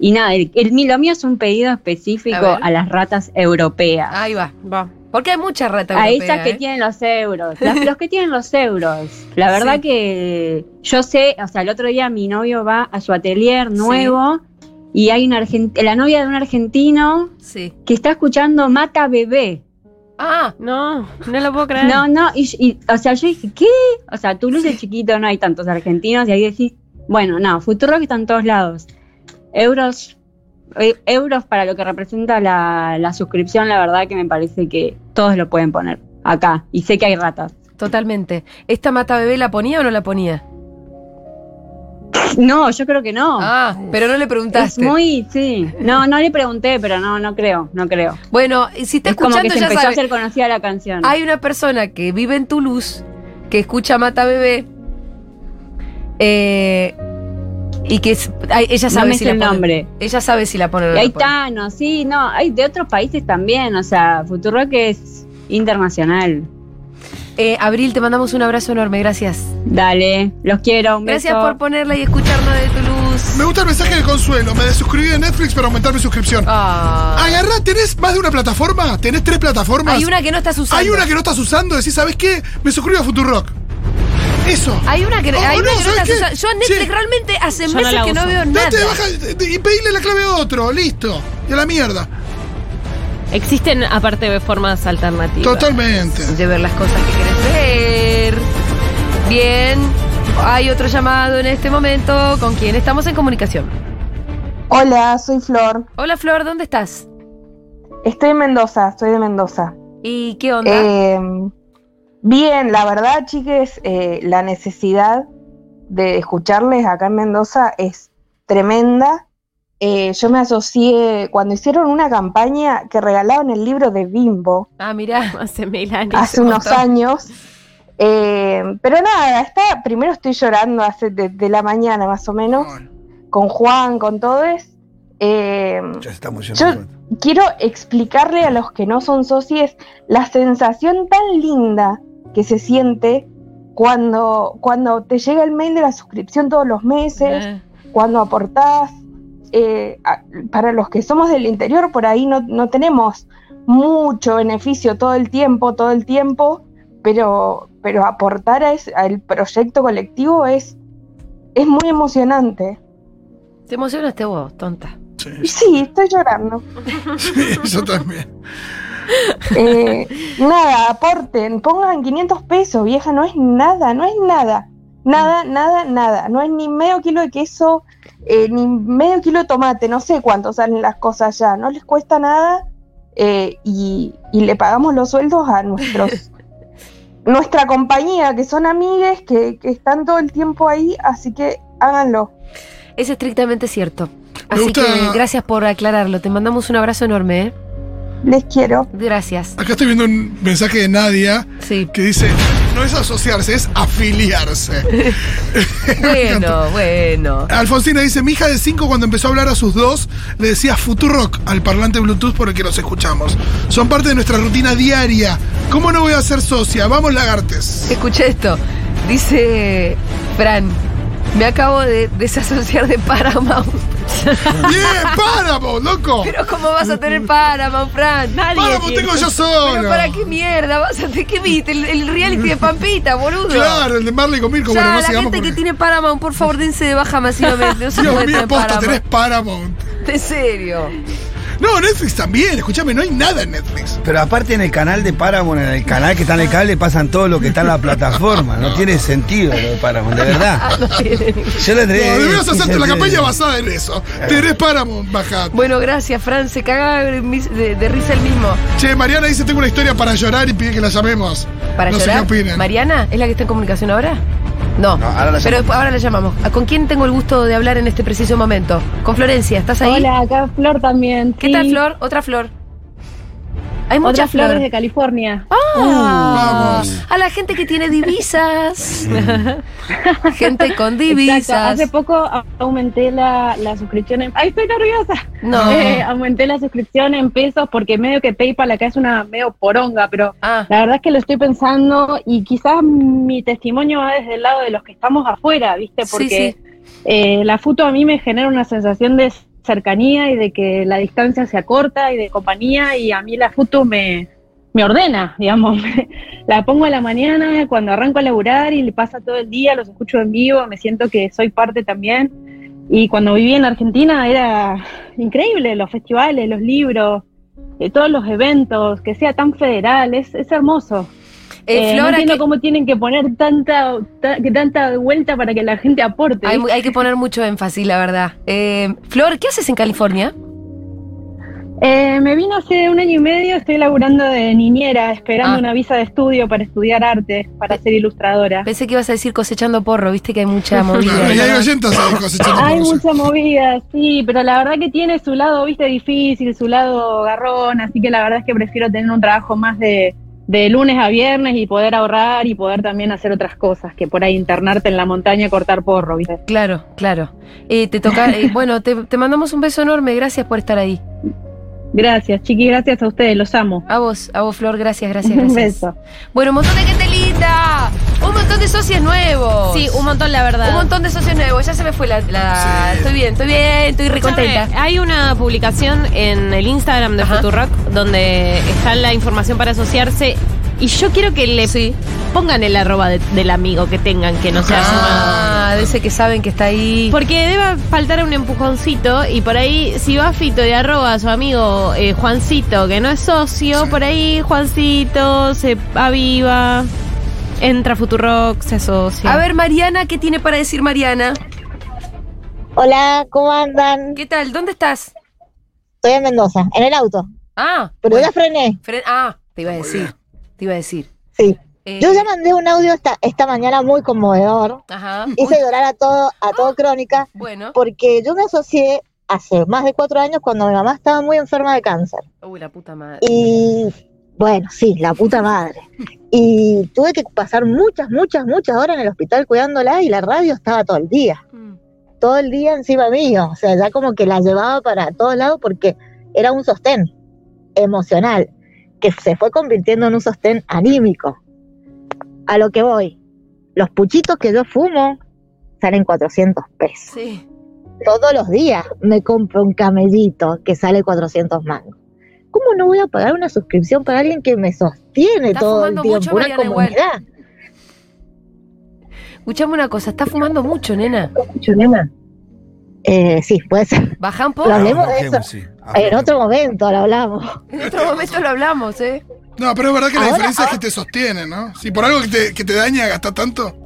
Speaker 9: y nada, el, el- lo mío es un pedido específico
Speaker 3: A ver.
Speaker 9: a las ratas europeas.
Speaker 3: Ahí va. va. Porque hay mucha rata
Speaker 9: A
Speaker 3: europea,
Speaker 9: esas que
Speaker 3: ¿eh?
Speaker 9: tienen los
Speaker 3: (laughs)
Speaker 9: euros. Las- los que tienen los euros. La verdad
Speaker 3: Sí.
Speaker 9: que yo sé, o sea, el otro día mi novio va a su atelier nuevo y hay una argent- la novia de un argentino
Speaker 3: Sí.
Speaker 9: que está escuchando Mata Bebé.
Speaker 3: Ah,
Speaker 13: no, no lo puedo creer.
Speaker 9: No, no, y, y- o sea, yo dije, ¿qué? O sea, Toulouse es chiquito, no hay tantos argentinos, y ahí decís, bueno, no, Futuro que está en todos lados. Euros, eh, euros para lo que representa la, la suscripción, la verdad que me parece que todos lo pueden poner acá, y sé que hay ratas.
Speaker 3: Totalmente. ¿Esta mata bebé la ponía o no la ponía?
Speaker 9: No, yo creo que no.
Speaker 3: Ah, pero no le preguntaste.
Speaker 9: Es muy, sí. No, no le pregunté, pero no, no creo, no creo.
Speaker 3: Bueno, y si está
Speaker 9: Es como que
Speaker 3: escuchando,
Speaker 9: se
Speaker 3: ya
Speaker 9: empezó
Speaker 3: sabe.
Speaker 9: a hacer conocida la canción.
Speaker 3: Hay una persona que vive en Toulouse que escucha Mata Bebé eh, y que es- ay, ella
Speaker 9: No
Speaker 3: sabe
Speaker 9: me
Speaker 3: si
Speaker 9: sé
Speaker 3: la
Speaker 9: el
Speaker 3: pone.
Speaker 9: nombre.
Speaker 3: Ella sabe si la pone o no
Speaker 9: Y
Speaker 3: la
Speaker 9: hay
Speaker 3: pone.
Speaker 9: Thanos, sí, no, hay de otros países también, o sea, Futurock es internacional.
Speaker 3: Eh, Abril, te mandamos un abrazo enorme, gracias.
Speaker 9: Dale, los quiero, un
Speaker 3: Gracias
Speaker 9: beso.
Speaker 3: por ponerla y escucharnos de Toulouse.
Speaker 6: Me gusta el mensaje de consuelo. Me desuscribí de Netflix para aumentar mi suscripción. Agarrá, ¿tenés más de una plataforma? ¿Tenés tres plataformas?
Speaker 3: Ah. Hay una que no estás usando.
Speaker 6: Hay una que no estás usando. Decís, ¿sabés qué? Me suscribo a Futurock. Eso.
Speaker 3: Hay una que,
Speaker 6: Oh,
Speaker 3: hay
Speaker 6: no,
Speaker 3: una que no
Speaker 6: ¿sabés
Speaker 3: estás
Speaker 6: qué?
Speaker 3: usando. Yo a Netflix
Speaker 6: Sí.
Speaker 3: realmente hace meses que no veo nada.
Speaker 6: Date de baja y pedile la clave a otro. Listo. Y a la mierda.
Speaker 13: Existen, aparte de formas alternativas.
Speaker 6: Totalmente.
Speaker 3: De ver las cosas que querés ver. Bien, hay otro llamado en este momento con quien estamos en comunicación.
Speaker 22: Hola, soy Flor.
Speaker 3: Hola Flor, ¿dónde estás?
Speaker 10: Estoy en Mendoza, estoy de Mendoza.
Speaker 3: ¿Y qué onda?
Speaker 10: Eh, bien, la verdad, chiques, eh, la necesidad de escucharles acá en Mendoza es tremenda. Eh, yo me asocié cuando hicieron una campaña que regalaban el libro de Bimbo
Speaker 3: Ah, mirá, (laughs) hace mil años.
Speaker 10: hace unos años. Eh, pero nada, está, primero estoy llorando hace desde la mañana más o menos, con Juan, con todos. Eh,
Speaker 5: Ya se está muy
Speaker 10: yo quiero explicarle a los que no son socios la sensación tan linda que se siente cuando, cuando te llega el mail de la suscripción todos los meses, cuando aportás. eh, a- para los que somos del interior, por ahí no, no tenemos mucho beneficio todo el tiempo, todo el tiempo, pero, pero aportar a es- al proyecto colectivo es, es muy emocionante.
Speaker 3: Te emocionaste vos, tonta.
Speaker 10: Sí, estoy llorando.
Speaker 6: Yo también.
Speaker 10: Eh, nada, aporten, pongan 500 pesos, vieja, no es nada, no es nada. Nada, nada, nada. No es ni medio kilo de queso, eh, ni medio kilo de tomate, no sé cuánto salen las cosas ya, no les cuesta nada eh, y, y le pagamos los sueldos
Speaker 3: (laughs)
Speaker 10: a nuestros... Nuestra compañía, que son amigues, que, que están todo el tiempo ahí, así que háganlo.
Speaker 3: Es estrictamente cierto. Así
Speaker 10: gusta-
Speaker 3: que gracias por aclararlo. Te mandamos un abrazo enorme, ¿eh?
Speaker 10: Les quiero.
Speaker 3: Gracias.
Speaker 6: Acá estoy viendo un mensaje de Nadia que dice: No es asociarse, es afiliarse.
Speaker 3: (laughs)
Speaker 6: (laughs)
Speaker 3: bueno, bueno.
Speaker 6: Alfonsina dice: Mi hija de 5, cuando empezó a hablar a sus dos, le decía Futurock al parlante Bluetooth por el que los escuchamos. Son parte de nuestra rutina diaria. ¿Cómo no voy a ser socia? Vamos, lagartes.
Speaker 3: Escuché esto. Dice Eh, Fran, me acabo de desasociar de Paramount.
Speaker 6: ¡Bien, Paramount, loco!
Speaker 3: (laughs) Pero ¿cómo vas a tener Paramount, Fran? Nadie
Speaker 6: Paramount
Speaker 3: tiene.
Speaker 6: tengo yo solo.
Speaker 3: Pero ¿para qué mierda vas a tener? ¿Qué viste? El, el reality de Pampita, boludo.
Speaker 6: Claro, el de Marley con Mirko.
Speaker 3: Ya,
Speaker 6: bueno, no
Speaker 3: la
Speaker 6: sigamos
Speaker 3: gente que
Speaker 6: porque-
Speaker 3: tiene Paramount, por favor, dense de baja
Speaker 6: (laughs)
Speaker 3: masivamente. No se
Speaker 6: Dios
Speaker 3: puede
Speaker 6: mío,
Speaker 3: tener
Speaker 6: posta, tenés
Speaker 3: Paramount.
Speaker 6: Paramount.
Speaker 3: ¿En serio?
Speaker 6: No, Netflix también, escúchame, no hay nada en Netflix.
Speaker 5: Pero aparte en el canal de Paramount, en el canal que está en el cable, pasan todo lo que está
Speaker 13: (laughs)
Speaker 5: en la plataforma. No tiene sentido lo de Paramount, de verdad.
Speaker 3: (laughs)
Speaker 5: Yo lo
Speaker 6: No,
Speaker 5: tendría-
Speaker 6: deberías hacerte la campaña basada en eso. Tenés Paramount, bajada.
Speaker 3: Bueno, gracias, Fran. Se cagaba de, de- de risa el mismo.
Speaker 6: Che, Mariana dice: Tengo una historia para llorar y pide que la llamemos.
Speaker 3: ¿Para
Speaker 6: no
Speaker 3: llorar?
Speaker 6: Sé qué opinan.
Speaker 3: ¿Mariana es la que está en comunicación ahora? No,
Speaker 6: ahora la
Speaker 3: pero
Speaker 6: llamamos.
Speaker 3: después- ahora la llamamos. ¿A- ¿Con quién tengo el gusto de hablar en este preciso momento? Con Florencia, ¿estás ahí?
Speaker 22: Hola, acá Flor también.
Speaker 3: ¿Qué tal, Flor? Otra Flor. Hay
Speaker 22: Otra
Speaker 3: muchas
Speaker 22: Flor
Speaker 3: flores.
Speaker 22: desde California.
Speaker 3: Ah,
Speaker 22: Mm. Vamos.
Speaker 3: a la gente que
Speaker 22: (laughs)
Speaker 3: tiene divisas. gente con
Speaker 22: Exacto,
Speaker 3: divisas.
Speaker 22: Hace poco a- aumenté la, la suscripción. En, Ah, ¡Ay, estoy nerviosa!
Speaker 3: No.
Speaker 22: (laughs) Eh, aumenté la suscripción en pesos porque medio que PayPal acá es una medio poronga, pero
Speaker 3: Ah.
Speaker 22: la verdad es que lo estoy pensando y quizás mi testimonio va desde el lado de los que estamos afuera, ¿viste?
Speaker 23: Sí,
Speaker 22: Porque eh, la foto a mí me genera una sensación de cercanía y de que la distancia se acorta y de compañía y a mí la foto me, me ordena, digamos. (laughs) la pongo a la mañana cuando arranco a laburar y le pasa todo el día, los escucho en vivo, me siento que soy parte también. Y cuando viví en Argentina era increíble, los festivales, los libros, eh, todos los eventos, que sea tan federal, es, es hermoso.
Speaker 3: Eh,
Speaker 22: Eh, no
Speaker 3: Flora,
Speaker 22: entiendo
Speaker 3: que-
Speaker 22: cómo tienen que poner tanta, ta- que tanta vuelta para que la gente aporte.
Speaker 3: Hay,
Speaker 22: ¿viste?
Speaker 3: hay que poner mucho énfasis, la verdad. Eh, Flor, ¿qué haces en California?
Speaker 22: Eh, me vino hace un año y medio, estoy laburando de niñera, esperando
Speaker 3: Ah.
Speaker 22: una visa de estudio para estudiar arte, para ser ilustradora.
Speaker 3: Pensé que ibas a decir cosechando porro, viste que
Speaker 22: (laughs)
Speaker 3: hay mucha movida.
Speaker 6: Ahí hay oyentes ahí cosechando
Speaker 22: Hay
Speaker 6: porros.
Speaker 22: mucha movida, sí, pero la verdad que tiene su lado, viste, difícil, su lado garrón, así que la verdad es que prefiero tener un trabajo más de, de lunes a viernes y poder ahorrar y poder también hacer otras cosas, que por ahí internarte en la montaña y cortar porro, viste.
Speaker 3: Claro, claro. Eh, te
Speaker 22: (laughs)
Speaker 3: toca, eh, bueno, te, te mandamos un beso enorme, gracias por estar ahí.
Speaker 22: Gracias, chiqui, gracias a ustedes, los amo.
Speaker 3: A vos, a vos, Flor, gracias, gracias,
Speaker 22: Un
Speaker 3: gracias.
Speaker 22: beso.
Speaker 3: Bueno, un montón de gente linda. Un montón de socios nuevos.
Speaker 13: Sí, un montón, la verdad.
Speaker 3: Un montón de socios nuevos. Ya se me fue la. la- Estoy bien, estoy bien, estoy recontenta.
Speaker 13: Escúchame, Hay una publicación en el Instagram de Futurock donde está la información para asociarse. Y yo quiero que le pongan el arroba de- del amigo que tengan, que no sea
Speaker 3: Ah, dice que saben que está ahí.
Speaker 13: Porque debe faltar un empujoncito y por ahí, si va Fito y arroba a su amigo eh, Juancito, que no es socio, por ahí Juancito se aviva, entra a Futurock, se asocia.
Speaker 3: A ver, Mariana, ¿qué tiene para decir Mariana?
Speaker 24: Hola, ¿cómo andan?
Speaker 3: ¿Qué tal? ¿Dónde estás?
Speaker 24: Estoy en Mendoza, en el auto.
Speaker 3: Ah.
Speaker 25: Pero ya frené.
Speaker 3: Fre- ah, te iba a decir. Te iba a decir.
Speaker 25: Sí.
Speaker 3: Eh,
Speaker 25: Yo ya mandé un audio esta, esta mañana muy conmovedor.
Speaker 3: Ajá.
Speaker 25: Hice
Speaker 3: Uy,
Speaker 25: llorar a todo, a todo Crónica.
Speaker 3: Bueno.
Speaker 25: Porque yo me asocié hace más de cuatro años cuando mi mamá estaba muy enferma de cáncer.
Speaker 3: Uy, la puta madre.
Speaker 25: Y bueno, sí, la puta madre. Y tuve que pasar muchas, muchas, muchas horas en el hospital cuidándola y la radio estaba todo el día. Todo el día encima mío. O sea, ya como que la llevaba para todos lados porque era un sostén emocional que se fue convirtiendo en un sostén anímico. A lo que voy, los puchitos que yo fumo salen 400 pesos
Speaker 3: Sí.
Speaker 25: todos los días me compro un camellito que sale 400 mangos. ¿Cómo no voy a pagar una suscripción para alguien que me sostiene
Speaker 3: Estás
Speaker 25: todo el
Speaker 3: fumando
Speaker 25: tiempo?
Speaker 3: mucho,
Speaker 25: una
Speaker 3: Mariana, igual.
Speaker 25: comunidad.
Speaker 3: Escuchame una cosa, estás fumando mucho, nena.
Speaker 25: Mucho, nena. Eh, sí, puede ser.
Speaker 3: Baja un poco.
Speaker 25: Lo hablemos de eso. en otro momento lo hablamos.
Speaker 3: En otro momento lo hablamos, ¿eh?
Speaker 6: No, pero es verdad que la
Speaker 25: Ahora-
Speaker 6: diferencia es que te sostiene, ¿no? Si por algo que te, que te daña gastar tanto.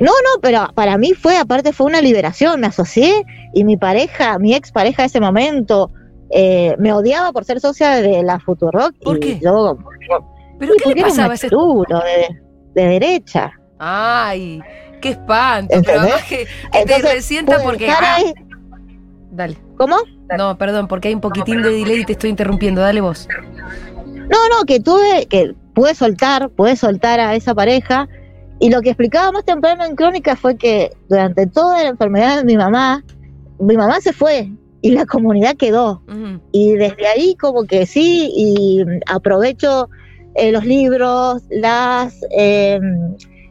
Speaker 25: No, no, pero para mí fue, aparte fue una liberación, me asocié y mi pareja, mi ex pareja de ese momento, eh, me odiaba por ser socia de la Futurock. ¿Por qué? Yo,
Speaker 3: ¿Pero
Speaker 25: Sí,
Speaker 3: qué
Speaker 25: porque
Speaker 3: le
Speaker 25: era un
Speaker 3: pasaba a ese-
Speaker 25: machirulo de, de derecha.
Speaker 3: Ay, qué espanto. Pero
Speaker 25: ¿Entendés?
Speaker 3: además que, que te
Speaker 25: Entonces,
Speaker 3: resienta
Speaker 25: pude
Speaker 3: porque.
Speaker 25: dejar
Speaker 3: ah,
Speaker 25: ahí-
Speaker 3: Dale.
Speaker 25: ¿Cómo?
Speaker 3: No, perdón, porque hay un poquitín de delay y te estoy interrumpiendo. Dale vos.
Speaker 25: No, no, que tuve, que pude soltar, pude soltar a esa pareja. Y lo que explicaba más temprano en Crónica fue que durante toda la enfermedad de mi mamá, mi mamá se fue y la (laughs) comunidad quedó. Y desde ahí como que sí, y aprovecho eh, los libros, las eh,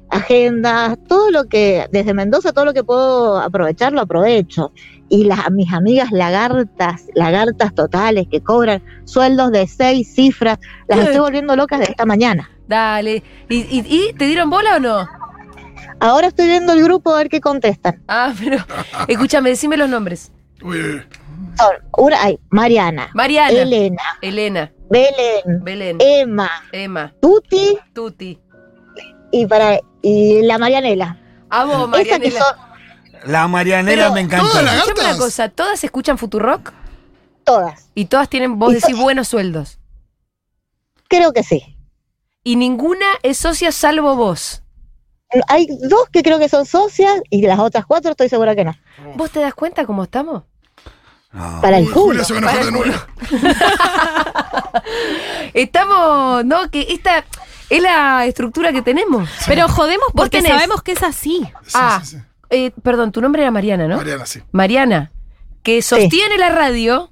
Speaker 25: agendas, todo lo que, desde Mendoza, todo lo que puedo aprovechar, lo aprovecho. Y las, mis amigas lagartas, lagartas totales que cobran sueldos de seis cifras, las estoy volviendo locas de esta mañana.
Speaker 3: Dale. ¿Y, y, y te dieron bola o no?
Speaker 25: Ahora estoy viendo el grupo a ver qué contestan.
Speaker 3: Ah, pero. Escúchame, decime los nombres.
Speaker 25: Son una- ay, Mariana,
Speaker 3: Mariana.
Speaker 25: Elena,
Speaker 3: Elena.
Speaker 25: Belén,
Speaker 3: Belén.
Speaker 25: Emma,
Speaker 3: Emma.
Speaker 25: Tuti
Speaker 3: Tuti.
Speaker 25: y para y la Marianela.
Speaker 3: A vos,
Speaker 25: Esa que
Speaker 3: Marianela.
Speaker 25: son
Speaker 5: La Marianela me encanta.
Speaker 3: Escuchame una cosa, ¿todas escuchan Futurock?
Speaker 25: Todas.
Speaker 3: Y todas tienen, vos
Speaker 25: Y
Speaker 3: decís,
Speaker 25: todas.
Speaker 3: buenos sueldos.
Speaker 25: Creo que sí.
Speaker 3: Y ninguna es socia salvo vos.
Speaker 25: Hay dos que creo que son socias y las otras cuatro estoy segura que no.
Speaker 3: ¿Vos te das cuenta cómo estamos?
Speaker 25: Para el culo.
Speaker 3: Para el culo. Estamos, no, que esta es la estructura que tenemos.
Speaker 13: Pero jodemos
Speaker 3: Vos
Speaker 13: porque
Speaker 3: tenés-
Speaker 13: sabemos que es así.
Speaker 3: Ah, eh, perdón, tu nombre era Mariana, ¿no? Mariana,
Speaker 6: sí.
Speaker 3: Mariana, que sostiene la radio.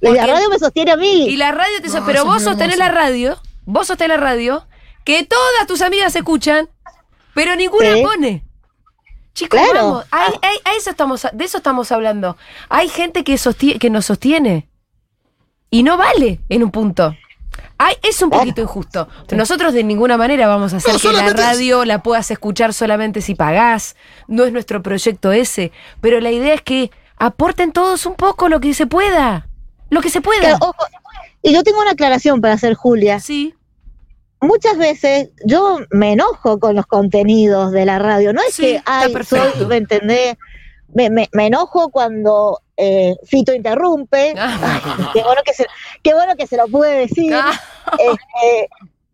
Speaker 25: Y la radio me sostiene a mí.
Speaker 3: Y la radio te so-
Speaker 25: No,
Speaker 3: Pero
Speaker 25: sos
Speaker 3: vos
Speaker 25: muy
Speaker 3: sostenés la
Speaker 25: hermosa.
Speaker 3: radio, vos sostenés la radio, que todas tus amigas escuchan, pero ninguna
Speaker 25: Sí.
Speaker 3: pone. Chicos,
Speaker 25: Claro.
Speaker 3: vamos, hay- hay- a eso estamos, de eso estamos hablando. Hay gente que, sostie- que nos sostiene y no vale en un punto. Ay, es un poquito injusto. Nosotros de ninguna manera vamos a hacer
Speaker 13: No,
Speaker 3: que la
Speaker 13: solamente es-
Speaker 3: radio la puedas escuchar solamente si pagás. No es nuestro proyecto ese. Pero la idea es que aporten todos un poco lo que se pueda. Lo que se pueda.
Speaker 25: Claro, ojo, Y yo tengo una aclaración para hacer, Julia.
Speaker 3: Sí.
Speaker 25: Muchas veces yo me enojo con los contenidos de la radio. No es
Speaker 3: Sí,
Speaker 25: que,
Speaker 3: está
Speaker 25: ay,
Speaker 3: perfecto.
Speaker 25: soy, ¿me entendés? Me, me- me enojo cuando eh, Fito interrumpe.
Speaker 3: Ah.
Speaker 25: Ay, qué, bueno que se, qué bueno que se lo pude
Speaker 3: (laughs)
Speaker 25: decir. Este,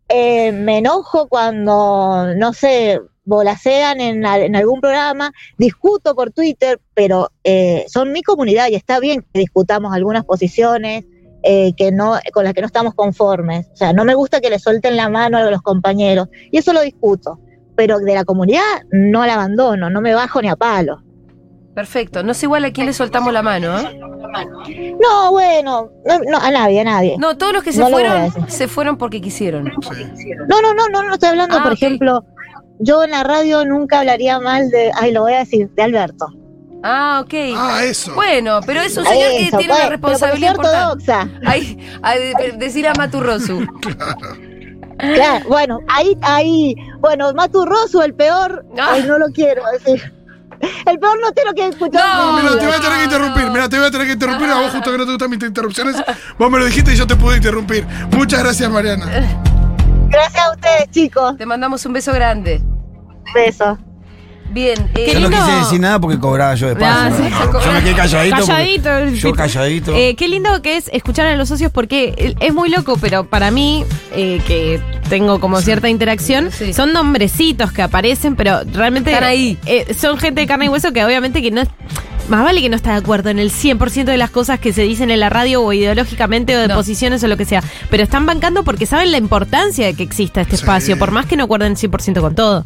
Speaker 25: eh, me enojo cuando, no sé, volasean en, al- en algún programa, discuto por Twitter, pero eh, son mi comunidad y está bien que discutamos algunas posiciones eh, que no, con las que no estamos conformes. O sea, no me gusta que le suelten la mano a los compañeros y eso lo discuto, pero de la comunidad no la abandono, no me bajo ni a palo.
Speaker 3: Perfecto. No sé igual a quién le soltamos la mano, ¿eh?
Speaker 25: No, bueno, no, no, a nadie, a nadie.
Speaker 3: No, todos los que se
Speaker 25: No lo voy a
Speaker 3: fueron,
Speaker 25: decir.
Speaker 3: se fueron porque quisieron.
Speaker 25: No, no, no, no, no estoy hablando,
Speaker 3: Ah,
Speaker 25: por
Speaker 3: ok.
Speaker 25: ejemplo, yo en la radio nunca hablaría mal de, ay, lo voy a decir, de Alberto.
Speaker 3: Ah, ok.
Speaker 6: Ah, eso.
Speaker 3: Bueno, pero es un señor que
Speaker 25: Eso,
Speaker 3: tiene una
Speaker 25: pues,
Speaker 3: responsabilidad
Speaker 25: pero porque soy
Speaker 3: importante. Ay, ay, de- decir a Maturrosu.
Speaker 25: Claro, bueno, ahí, ahí, bueno, Maturroso, el peor,
Speaker 3: Ah.
Speaker 25: ay, no lo quiero decir. El peor no tengo que escuchar.
Speaker 6: No, mira, te voy a tener que interrumpir. Mira, te voy a tener que interrumpir. A vos, justo que no te gustan mis interrupciones, vos me lo dijiste y yo te pude interrumpir. Muchas gracias, Mariana.
Speaker 25: Gracias a ustedes, chicos.
Speaker 3: Te mandamos un beso grande.
Speaker 25: Beso.
Speaker 3: Bien. eh,
Speaker 5: Yo no quise decir nada porque cobraba yo de paso.
Speaker 13: Ah,
Speaker 5: ¿no?
Speaker 13: sí,
Speaker 5: Yo me quedé calladito. porque-
Speaker 13: Calladito.
Speaker 5: Yo calladito.
Speaker 13: Eh, qué lindo que es escuchar a los socios porque eh, es muy loco, pero para mí, eh, que tengo como cierta interacción, son nombrecitos que aparecen, pero realmente
Speaker 3: Están ahí.
Speaker 13: eh, son gente de carne y hueso que obviamente que no... Más vale que no está de acuerdo en el 100% de las cosas que se dicen en la radio o ideológicamente o de posiciones o lo que sea, pero están bancando porque saben la importancia de que exista este espacio, por más que no acuerden 100% con todo.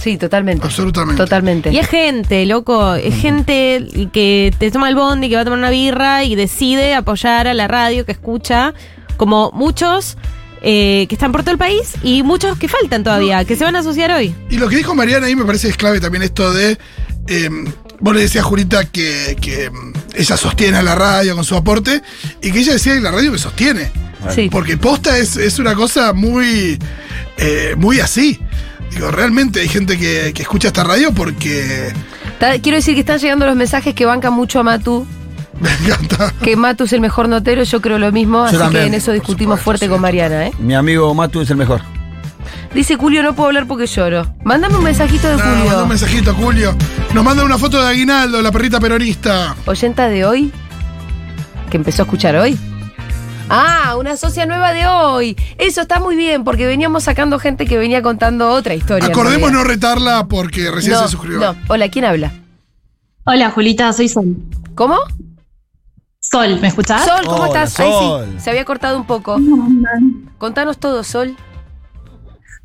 Speaker 3: Sí, totalmente.
Speaker 6: Absolutamente.
Speaker 3: Totalmente.
Speaker 13: Y es gente, loco, es gente que te toma el bondi, que va a tomar una birra y decide apoyar a la radio que escucha, como muchos eh, que están por todo el país y muchos que faltan todavía, que se van a asociar hoy.
Speaker 6: Y lo que dijo Mariana ahí me parece que es clave también esto de. eh, vos le decías a Jurita que, que, mm, ella sostiene a la radio con su aporte y que ella decía que la radio me sostiene.
Speaker 3: Sí.
Speaker 6: Porque posta es, es una cosa muy, eh, muy así. Digo, realmente hay gente que, que escucha esta radio porque.
Speaker 3: Ta- Quiero decir que están llegando los mensajes que bancan mucho a Matu. Que Matu es el mejor notero, yo creo lo mismo, así
Speaker 5: también,
Speaker 3: que en eso discutimos fuerte con Mariana. ¿eh?
Speaker 5: Mi amigo Matu es el mejor.
Speaker 3: Dice Julio, no puedo hablar porque lloro. Mándame un mensajito de
Speaker 6: Ah, mandó
Speaker 3: Julio.
Speaker 6: un mensajito, Julio. Nos manda una foto de Aguinaldo, la perrita peronista.
Speaker 3: Oyenta de hoy, que empezó a escuchar hoy. Ah, una socia nueva de hoy. Eso está muy bien, porque veníamos sacando gente que venía contando otra historia. en
Speaker 6: Acordemos no
Speaker 3: realidad.
Speaker 6: retarla porque recién se suscribió.
Speaker 3: No. Hola, ¿quién habla?
Speaker 7: Hola, Julita, soy Sol.
Speaker 3: ¿Cómo?
Speaker 7: Sol, ¿me escuchás?
Speaker 3: Sol, ¿cómo estás? Ay, sí,
Speaker 7: Sol.
Speaker 3: se había cortado un poco. Contanos todo, Sol.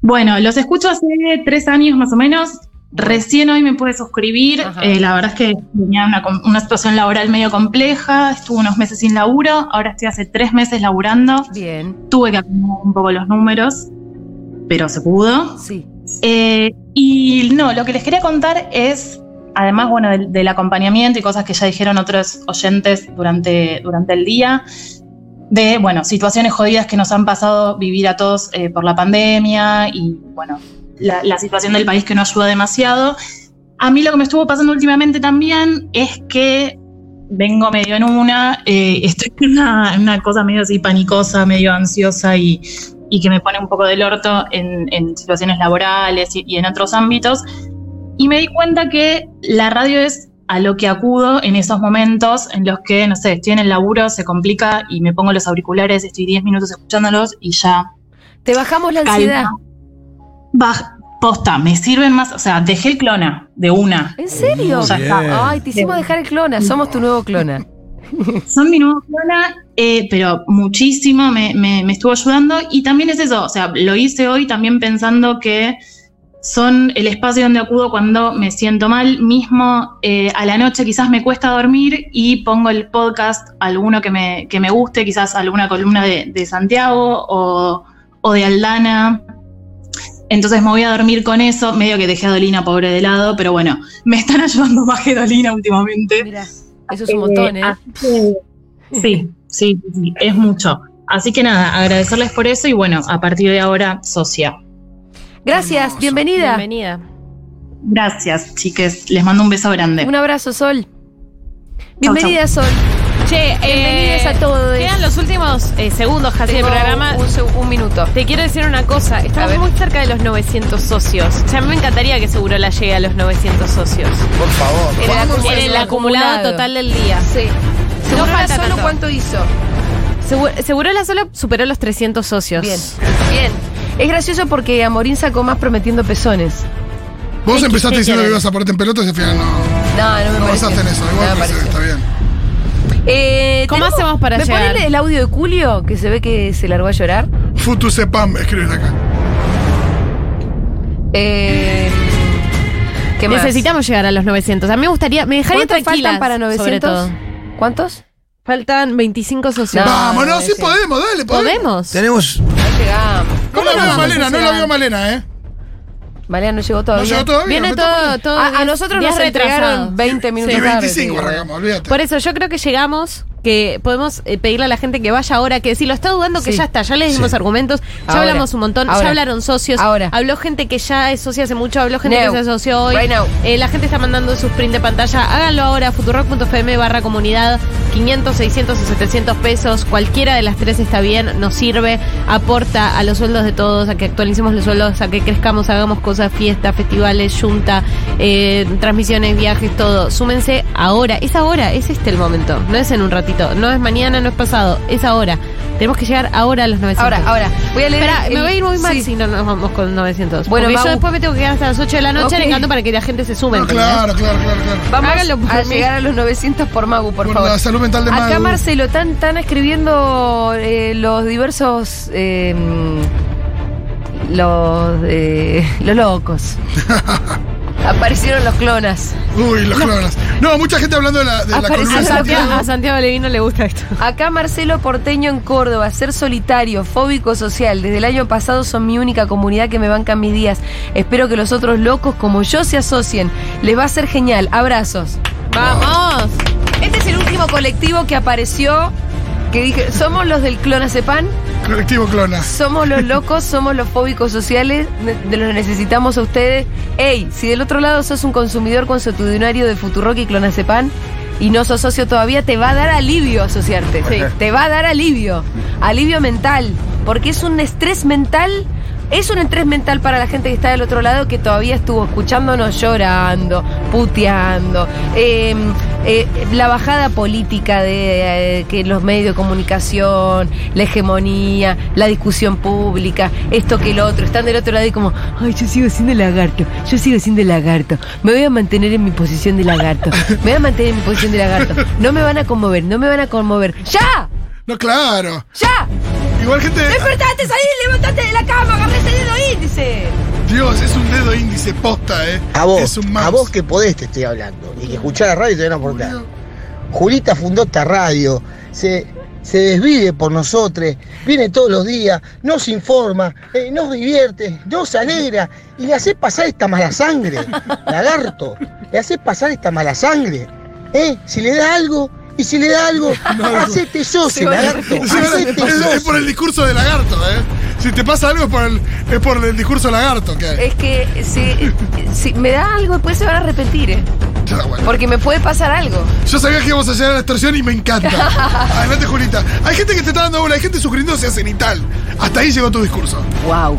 Speaker 7: Bueno, los escucho hace tres años más o menos. Recién hoy me pude suscribir. Eh, la verdad es que tenía una, com- una situación laboral medio compleja. Estuve unos meses sin laburo. Ahora estoy hace tres meses laburando.
Speaker 3: Bien.
Speaker 7: Tuve que acomodar un poco los números, pero se pudo.
Speaker 3: Sí.
Speaker 7: Eh, y no, lo que les quería contar es, además, bueno, del, del acompañamiento y cosas que ya dijeron otros oyentes durante, durante el día, de, bueno, situaciones jodidas que nos han pasado vivir a todos eh, por la pandemia y, bueno, la, la situación del país que no ayuda demasiado. A mí lo que me estuvo pasando últimamente también es que vengo medio en una, eh, estoy en una, en una cosa medio así panicosa, medio ansiosa y, y que me pone un poco del orto en, en situaciones laborales y, y en otros ámbitos. Y me di cuenta que la radio es a lo que acudo en esos momentos en los que, no sé, estoy en el laburo, se complica y me pongo los auriculares, estoy 10 minutos escuchándolos y ya.
Speaker 3: Te bajamos la ansiedad.
Speaker 7: Baj, posta, me sirven más, o sea, dejé el clona de una.
Speaker 3: ¿En serio?
Speaker 7: Ya está.
Speaker 3: Ay, te hicimos dejar el clona. Somos tu nuevo clona.
Speaker 7: Son mi nuevo clona, eh, pero muchísimo me, me- me estuvo ayudando. Y también es eso, o sea, lo hice hoy también pensando que son el espacio donde acudo cuando me siento mal. Mismo eh, a la noche quizás me cuesta dormir y pongo el podcast, alguno que me, que me guste, quizás alguna columna de, de Santiago o, o de Aldana. Entonces me voy a dormir con eso, medio que dejé a Dolina pobre de lado, pero bueno, me están (laughs) ayudando más que Dolina últimamente.
Speaker 3: Eso es un montón, ¿eh?
Speaker 7: Sí, sí, sí, es mucho. Así que nada, agradecerles por eso y bueno, a partir de ahora, socia.
Speaker 3: Gracias, bienvenida.
Speaker 13: Bienvenida.
Speaker 7: Gracias, chiques. Les mando un beso grande.
Speaker 3: Un abrazo, Sol. Bienvenida, Sol.
Speaker 13: Che,
Speaker 3: Bienvenidos
Speaker 13: eh,
Speaker 3: a todos.
Speaker 13: Quedan los últimos eh, segundos casi del
Speaker 3: Tengo
Speaker 13: programa.
Speaker 3: un seg- un minuto.
Speaker 13: Te quiero decir una cosa. Estamos muy cerca de los 900 socios. O sea, a mí me encantaría que seguro la llegue a los 900 socios.
Speaker 5: Por favor.
Speaker 13: En el, acu- en el acumulado, total del día.
Speaker 3: Sí.
Speaker 13: No
Speaker 3: Seguro
Speaker 13: falta
Speaker 3: solo
Speaker 13: tanto.
Speaker 3: cuánto hizo.
Speaker 13: Seguro, seguro la sola superó los 300 socios.
Speaker 3: Bien, bien. Es gracioso porque Amorín sacó más prometiendo pezones.
Speaker 6: Vos
Speaker 3: ¿Qué-
Speaker 6: empezaste
Speaker 3: qué
Speaker 6: diciendo que
Speaker 3: querés?
Speaker 6: ibas a ponerte en pelotas y al final no.
Speaker 3: No, no me
Speaker 6: no
Speaker 3: parece.
Speaker 6: basaste en eso. Igual
Speaker 3: No me
Speaker 6: pues,
Speaker 3: parece.
Speaker 6: está bien.
Speaker 3: Eh,
Speaker 13: ¿Cómo
Speaker 3: tenemos-
Speaker 13: hacemos para
Speaker 3: ¿Me
Speaker 13: llegar?
Speaker 3: ponen el audio de Julio que se ve que se largó a llorar?
Speaker 6: Futu sepam, escriben acá.
Speaker 3: Eh, ¿Qué más?
Speaker 13: Necesitamos llegar a los 900. A mí me gustaría, me dejaría
Speaker 3: ¿Cuántos
Speaker 13: tranquila
Speaker 3: faltan para 900? ¿Cuántos?
Speaker 13: Faltan 25 socios.
Speaker 3: No, Vamos, no, no,
Speaker 6: sí ese- podemos, dale, podemos.
Speaker 5: Tenemos.
Speaker 3: No llegamos.
Speaker 6: No la veo
Speaker 3: vamos
Speaker 6: Malena,
Speaker 3: a
Speaker 6: no la veo
Speaker 3: llegar?
Speaker 6: Malena, ¿eh?
Speaker 3: Malena no llegó todavía.
Speaker 6: No llegó todavía,
Speaker 13: Viene
Speaker 6: no
Speaker 13: todo,
Speaker 6: estamos-
Speaker 13: todo
Speaker 3: Ah, A, a
Speaker 13: diez-
Speaker 3: nosotros
Speaker 13: diez
Speaker 3: nos
Speaker 13: retrasados.
Speaker 3: entregaron 20 minutos
Speaker 6: Y
Speaker 3: tarde,
Speaker 6: 25
Speaker 3: digo.
Speaker 6: arrancamos, olvídate.
Speaker 13: Por eso yo creo que llegamos, que podemos eh, pedirle a la gente que vaya ahora, que si lo está dudando, que
Speaker 3: Sí.
Speaker 13: ya está, ya les dimos
Speaker 3: Sí.
Speaker 13: argumentos, ya
Speaker 3: Ahora.
Speaker 13: hablamos un montón,
Speaker 3: Ahora.
Speaker 13: ya hablaron socios,
Speaker 3: Ahora.
Speaker 13: habló gente que ya es socia hace mucho, habló gente
Speaker 3: Now.
Speaker 13: que se asoció hoy,
Speaker 3: Right now.
Speaker 13: Eh, la gente está mandando sus print de pantalla, háganlo ahora, futurock.fm barra comunidad, 500, 600 o 700 pesos, cualquiera de las tres está bien, nos sirve, aporta a los sueldos de todos, a que actualicemos los sueldos, a que crezcamos, hagamos cosas, fiestas, festivales, junta, eh, transmisiones, viajes, todo. Súmense ahora, es ahora, es este el momento, no es en un ratito, no es mañana, no es pasado, es ahora. Tenemos que llegar ahora a los 900.
Speaker 3: Ahora, ahora. Voy a leer
Speaker 13: Espera,
Speaker 3: el-
Speaker 13: me voy a ir muy mal
Speaker 3: sí.
Speaker 13: si no nos vamos con 900.
Speaker 3: Bueno,
Speaker 13: Bueno,
Speaker 3: Mau-
Speaker 13: yo después me tengo que quedar hasta las 8 de la noche
Speaker 3: Ok.
Speaker 13: arengando para que la gente se sume.
Speaker 6: No,
Speaker 13: ¿entendés?
Speaker 6: claro, claro, claro, claro.
Speaker 3: Vamos a
Speaker 13: mí.
Speaker 3: llegar a los 900 por Magu, por,
Speaker 6: Por
Speaker 3: favor.
Speaker 6: la salud mental de
Speaker 3: Acá
Speaker 6: Magu.
Speaker 3: Marcelo, están tan escribiendo eh, los diversos... eh, los, eh, los
Speaker 6: (laughs)
Speaker 3: locos. Aparecieron los clonas.
Speaker 6: Uy, los clones. No, mucha gente hablando de la, de la columna
Speaker 3: Aparecieron
Speaker 6: de
Speaker 3: los
Speaker 6: Santiago.
Speaker 3: clonas.
Speaker 13: Santiago Levino le gusta esto.
Speaker 3: Acá Marcelo Porteño en Córdoba, ser solitario, fóbico social. Desde el año pasado son mi única comunidad que me bancan mis días. Espero que los otros locos como yo se asocien. Les va a ser genial. Abrazos.
Speaker 13: ¡Vamos!
Speaker 3: Este es el último colectivo que apareció. Que dije, somos los del Clonacepan,
Speaker 6: Colectivo clona.
Speaker 3: somos los locos, somos los fóbicos sociales, ne- de los necesitamos a ustedes. Ey, si del otro lado sos un consumidor consuetudinario de Futurock y Clonacepan y no sos socio todavía, te va a dar alivio asociarte.
Speaker 13: Sí.
Speaker 3: Te va a dar alivio, alivio mental, porque es un estrés mental. Es un estrés mental para la gente que está del otro lado que todavía estuvo escuchándonos llorando, puteando. eh, eh, la bajada política de eh, que los medios de comunicación, la hegemonía, la discusión pública, esto que el otro, están del otro lado y como, ay, yo sigo siendo lagarto, yo sigo siendo lagarto, me voy a mantener en mi posición de lagarto, me voy a mantener en mi posición de lagarto, no me van a conmover, no me van a conmover, ¡ya!
Speaker 6: No, claro.
Speaker 3: ¡Ya!
Speaker 6: Igual gente.
Speaker 3: ¡Despertate, salí, levantate de la cama, agarré ese dedo índice!
Speaker 6: Dios, es un dedo índice posta, eh.
Speaker 26: A vos, a vos que podés te estoy hablando. Y que escuchás la radio te van a aportar. Julita fundó esta radio, se, se desvive por nosotros, viene todos los días, nos informa, eh, nos divierte, nos alegra y le haces pasar esta mala
Speaker 6: (laughs)
Speaker 26: sangre, lagarto, le haces pasar esta mala sangre. ¿eh? Si le da algo, y si le da
Speaker 6: (laughs)
Speaker 26: algo, hacete
Speaker 6: Se
Speaker 26: socio,
Speaker 6: van a-
Speaker 26: lagarto,
Speaker 6: se van a-
Speaker 26: hacete
Speaker 6: es, es por
Speaker 26: socio.
Speaker 6: el discurso de lagarto, eh. Si te pasa algo es por el, es por el discurso de lagarto que hay.
Speaker 3: Es que si, si me da algo, después se van a arrepentir, ¿eh?
Speaker 6: Ya, bueno.
Speaker 3: Porque me puede pasar algo.
Speaker 6: Yo sabía que íbamos a llegar a la extorsión y me encanta.
Speaker 3: (laughs)
Speaker 6: Adelante, Julita. Hay gente que te está dando bola, hay gente suscribiéndose a Cenital. Hasta ahí llegó tu discurso.
Speaker 3: Wow.